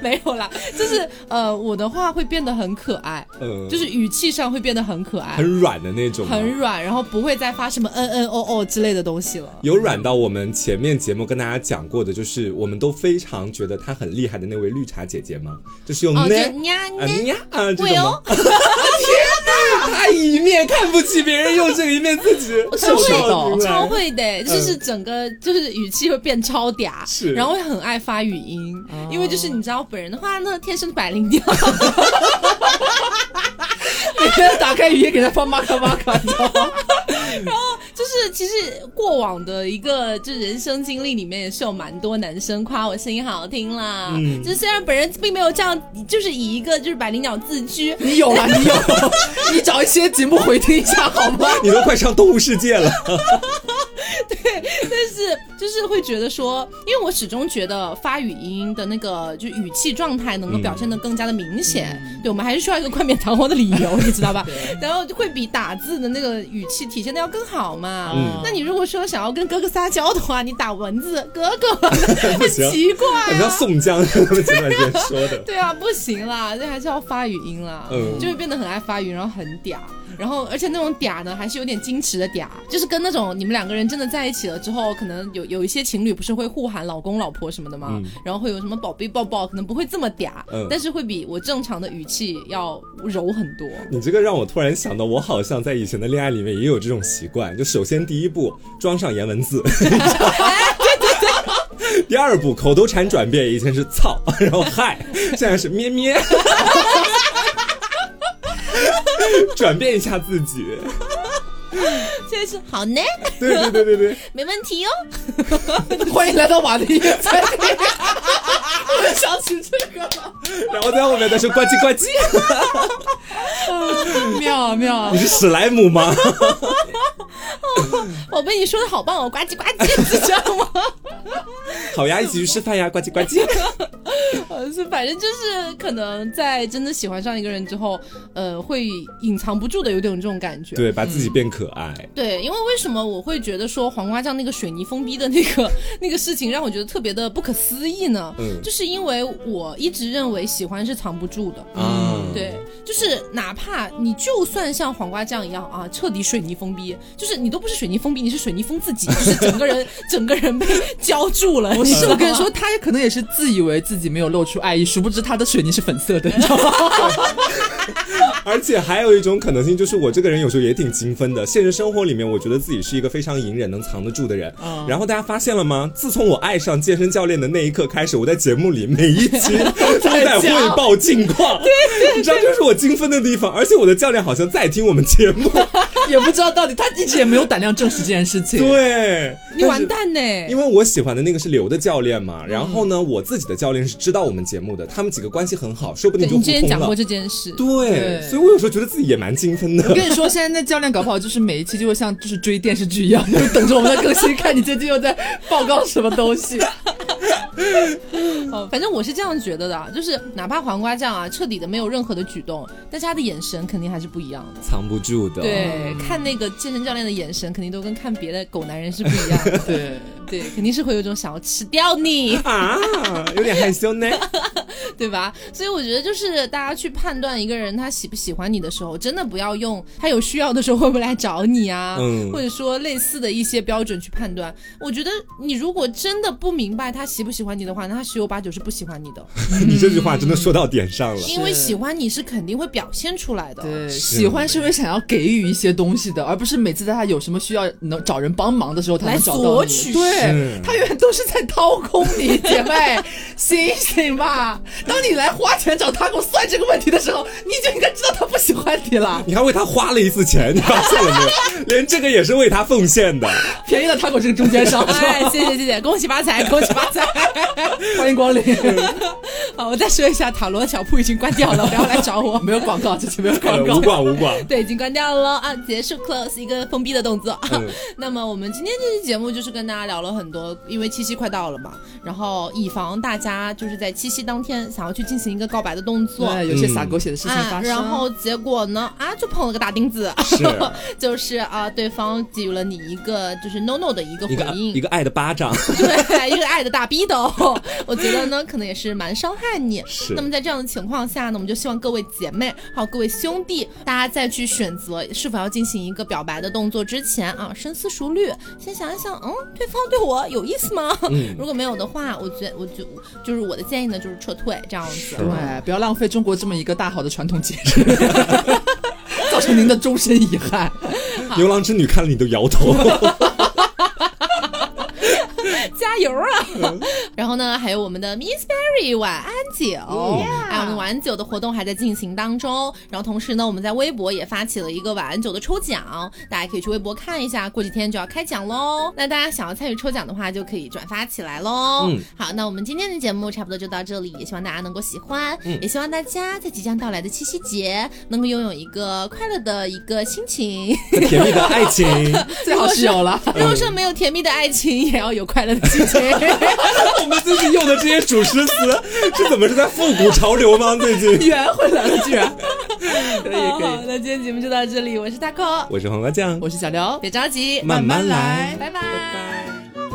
S1: 没有啦，就是呃，我的话会变得很可爱，
S2: 嗯，
S1: 就是语气上会变得很可爱
S2: 很，软的那种吗，
S1: 很软，然后不会再发什么嗯嗯哦哦之类的东西了。
S2: 有软到我们前面节目跟大家讲过的，就是我们都非常觉得她很厉害的那位绿茶姐姐吗？就是用
S1: 哦，
S2: 呢
S1: 就nha
S2: 啊
S1: nha，
S2: 呀啊这
S1: 会
S2: 种吗
S1: 哦？，
S2: 她一面看不起别人，用这个一面自己
S1: 超
S2: 受
S1: 会
S2: 到
S1: 的，
S2: 你
S1: 超
S2: 了。
S1: 会的，就是整个就是语气会变超嗲，
S2: 嗯是哦
S1: 然后会很爱发语音，因为就是你知道本人的话呢，天生百灵调，
S3: 每天打开语音给他放马卡马卡，你知道吗？
S1: 就是其实过往的一个就是人生经历里面也是有蛮多男生夸我声音好听啦，
S2: 嗯
S1: 就是虽然本人并没有这样，就是以一个就是百灵鸟自居。
S3: 你有啊了，你有， 你找一些节目回听一下好吗？
S2: 你都快上动物世界了，
S1: 但是就是会觉得说，因为我始终觉得发语音的那个就语气状态能够表现的更加的明显，
S2: 嗯
S1: 对我们还是需要一个冠冕堂皇的理 由，你知道吧？然后会比打字的那个语气体现的要更好嘛。
S2: 嗯
S1: 那你如果说想要跟哥哥撒娇的话，你打文字哥哥 很
S2: 行
S1: 奇怪、啊，
S2: 很像宋江 他们前段时间说的。
S1: 对啊，不行啦，那还是要发语音啦，
S2: 嗯
S1: 就会变得很爱发语，然后很嗲，然后而且那种嗲呢，还是有点矜持的嗲，就是跟那种你们两个人真的在一起了之后，可能有有一些情侣不是会互喊老公老婆什么的吗？
S2: 嗯
S1: 然后会有什么宝贝抱抱，可能不会这么嗲，
S2: 嗯
S1: 但是会比我正常的语气要柔很多。
S2: 你这个让我突然想到，我好像在以前的恋爱里面也有这种习惯，就首先第一步装上颜文字， 你知道吗第二步口头禅转变，以前是操， 然后嗨，现在是咩咩， 转变一下自己，
S1: 现在是好呢，
S2: 对对对对对，
S1: 没问 题哦。
S3: 欢迎来到瓦的音乐餐厅。 我想起这个了，
S2: 然后在后面再说呱唧呱唧，
S3: 妙啊妙啊
S1: 啊
S2: 你！是史莱姆吗？
S1: 我宝贝，你说的好棒哦，呱唧呱唧， 是这样吗？
S2: 好呀，一起去吃饭呀，呱唧呱唧。
S1: 呃，是反正就是可能在真的喜欢上一个人之后，呃，会隐藏不住的有点这种感觉。
S2: 对，把自己变可爱。
S1: 对，因为为什么我会觉得说黄瓜酱那个水泥封闭的那个那个事情让我觉得特别的不可思议呢？
S2: 嗯
S1: 就是因为我一直认为喜欢是藏不住的。
S2: 啊，
S1: 对，就是哪怕你就算像黄瓜酱一样啊，彻底水泥封闭，就是你都不是水泥封闭，你是水泥封自己，就是整个 人整个人被浇住了。
S3: 不
S1: 你知
S3: 是，
S1: 道吗
S3: 我跟你说，，他可能也是自以为自己没有露出爱意，殊不知他的水泥是粉色的，你知道吗？
S2: 而且还有一种可能性，就是我这个人有时候也挺精分的。现实生活里面，我觉得自己是一个非常隐忍、能藏得住的人。
S1: 嗯
S2: 然后大家发现了吗？自从我爱上健身教练的那一刻开始，我在节目里每一 期都在汇报近况。你知道，这是我精分的地方。而且我的教练好像在听我们节 目。
S3: 也不知道到底，他一直也没有胆量证实这件事情。
S2: 对，
S1: 你
S2: 但
S1: 完
S2: 是
S1: 蛋呢！
S2: 因为我喜欢的那个是刘的教练嘛，然后呢，我自己的教练是知道我们节目的，他们几个关系很好，说不定
S1: 对
S2: 就
S1: 你
S2: 互
S1: 之前
S2: 通
S1: 讲过
S2: 了。
S1: 这件事，
S2: 对，
S3: 对
S2: 所以我有时候觉得自己也蛮精分
S3: 我
S2: 的。
S3: 跟你说，现在那教练搞不好就是每一期就会像就是追电视剧一样，就是等着我们的更新，看你最近又在报告什么东西。
S1: 哦，反正我是这样觉得的啊，就是哪怕黄瓜酱啊，彻底的没有任何的举动，但是他的眼神肯定还是不一样的。
S2: 藏不住的，
S1: 对，看那个健身教练的眼神，肯定都跟看别的狗男人是不一样 的。
S3: 对，
S1: 对，肯定是会有一种想要吃掉你，
S2: 啊，有点害羞呢。
S1: 对吧？所以我觉得，就是大家去判断一个人他喜不喜欢你的时候，真的不要用他有需要的时候会不会来找你啊，
S2: 嗯
S1: 或者说类似的一些标准去判断。我觉得你如果真的不明白他喜不喜欢你的话，那他十有八九是不喜欢你的。
S2: 你这句话真的说到点上了。
S1: 因为喜欢你是肯定会表现出来的。
S3: 对，喜欢是会想要给予一些东西的，而不是每次在他有什么需要能找人帮忙的时候，他
S1: 来
S3: 能找到
S1: 索
S3: 你
S1: 取
S2: 是
S3: 对，他永远都是在掏空你，姐妹，醒醒吧！当你来花钱找他给我算这个问题的时候，你就应该知道他不喜欢你了。
S2: 你还为他花了一次钱，你发现了没有？连这个也是为他奉献的。
S3: 便宜了他给我这个中间 商，是吧
S1: 哎，谢谢谢谢，恭喜发财，恭喜发财！
S3: 欢迎光临。
S1: 好，我再说一下，塔罗小铺已经关掉了，不要来找我。
S3: 哦没有广告，这期没有广
S2: 呃
S3: 告
S2: 无。广无广，
S1: 对，已经关掉了啊，结束 close 一个封闭的动作。
S2: 嗯
S1: 那么我们今天这期节目就是跟大家聊了很多，因为七夕快到了嘛，然后以防大家就是在七夕当天想要去进行一个告白的动作。
S3: 对，有些撒狗血的事情
S1: 啊
S3: 发，生。
S1: 然后结果呢？啊，就碰了个大钉子，
S2: 是
S1: 就是啊，对方给予了你一个就是 no no 的一个回
S2: 一个
S1: 应，
S2: 一个爱的巴掌，
S1: 对，一个爱的大逼斗，我觉得呢，可能也是蛮伤害你。
S2: 是
S1: 那么在这样的情况下呢，我们就希望各位姐妹还有各位兄弟，大家在去选择是否要进行一个表白的动作之前啊，深思熟虑，先想一想，嗯，对方对我有意思吗？如果没有的话，我觉我就就是我的建议呢，就是撤退这样子。
S3: 对，不要浪费中国这么一个大好的传统节日，造成您的终身遗 憾。
S2: 牛郎织女看了你都摇头。
S1: 加油啊！ 然后呢，还有我们的 Miss Berry 晚安酒，哎，我们晚安酒的活动还在进行当中。然后同时呢，我们在微博也发起了一个晚安酒的抽奖，大家可以去微博看一下，过几天就要开奖喽。那大家想要参与抽奖的话，就可以转发起来喽。
S2: 嗯
S1: 好，那我们今天的节目差不多就到这里，也希望大家能够喜欢，也希望大家在即将到来的七夕节能够拥有一个快乐的一个心情。
S2: 和甜蜜的爱情，
S3: 最好是有 了。
S1: 如果说没有甜蜜的爱情，也要有快乐的心情。
S2: 我们最近用的这些主持词，这怎么是在复古潮流吗？最近，
S3: 圆回来了，居然。 可以
S1: 好
S3: 可
S1: 好，
S3: 以，
S1: 那今天节目就到这里，我是大 a
S2: 我是黄瓜酱，
S3: 我是小刘。
S1: 别着急，
S2: 慢慢
S3: 慢慢
S2: 来
S3: 来，
S1: 拜拜
S2: 拜拜。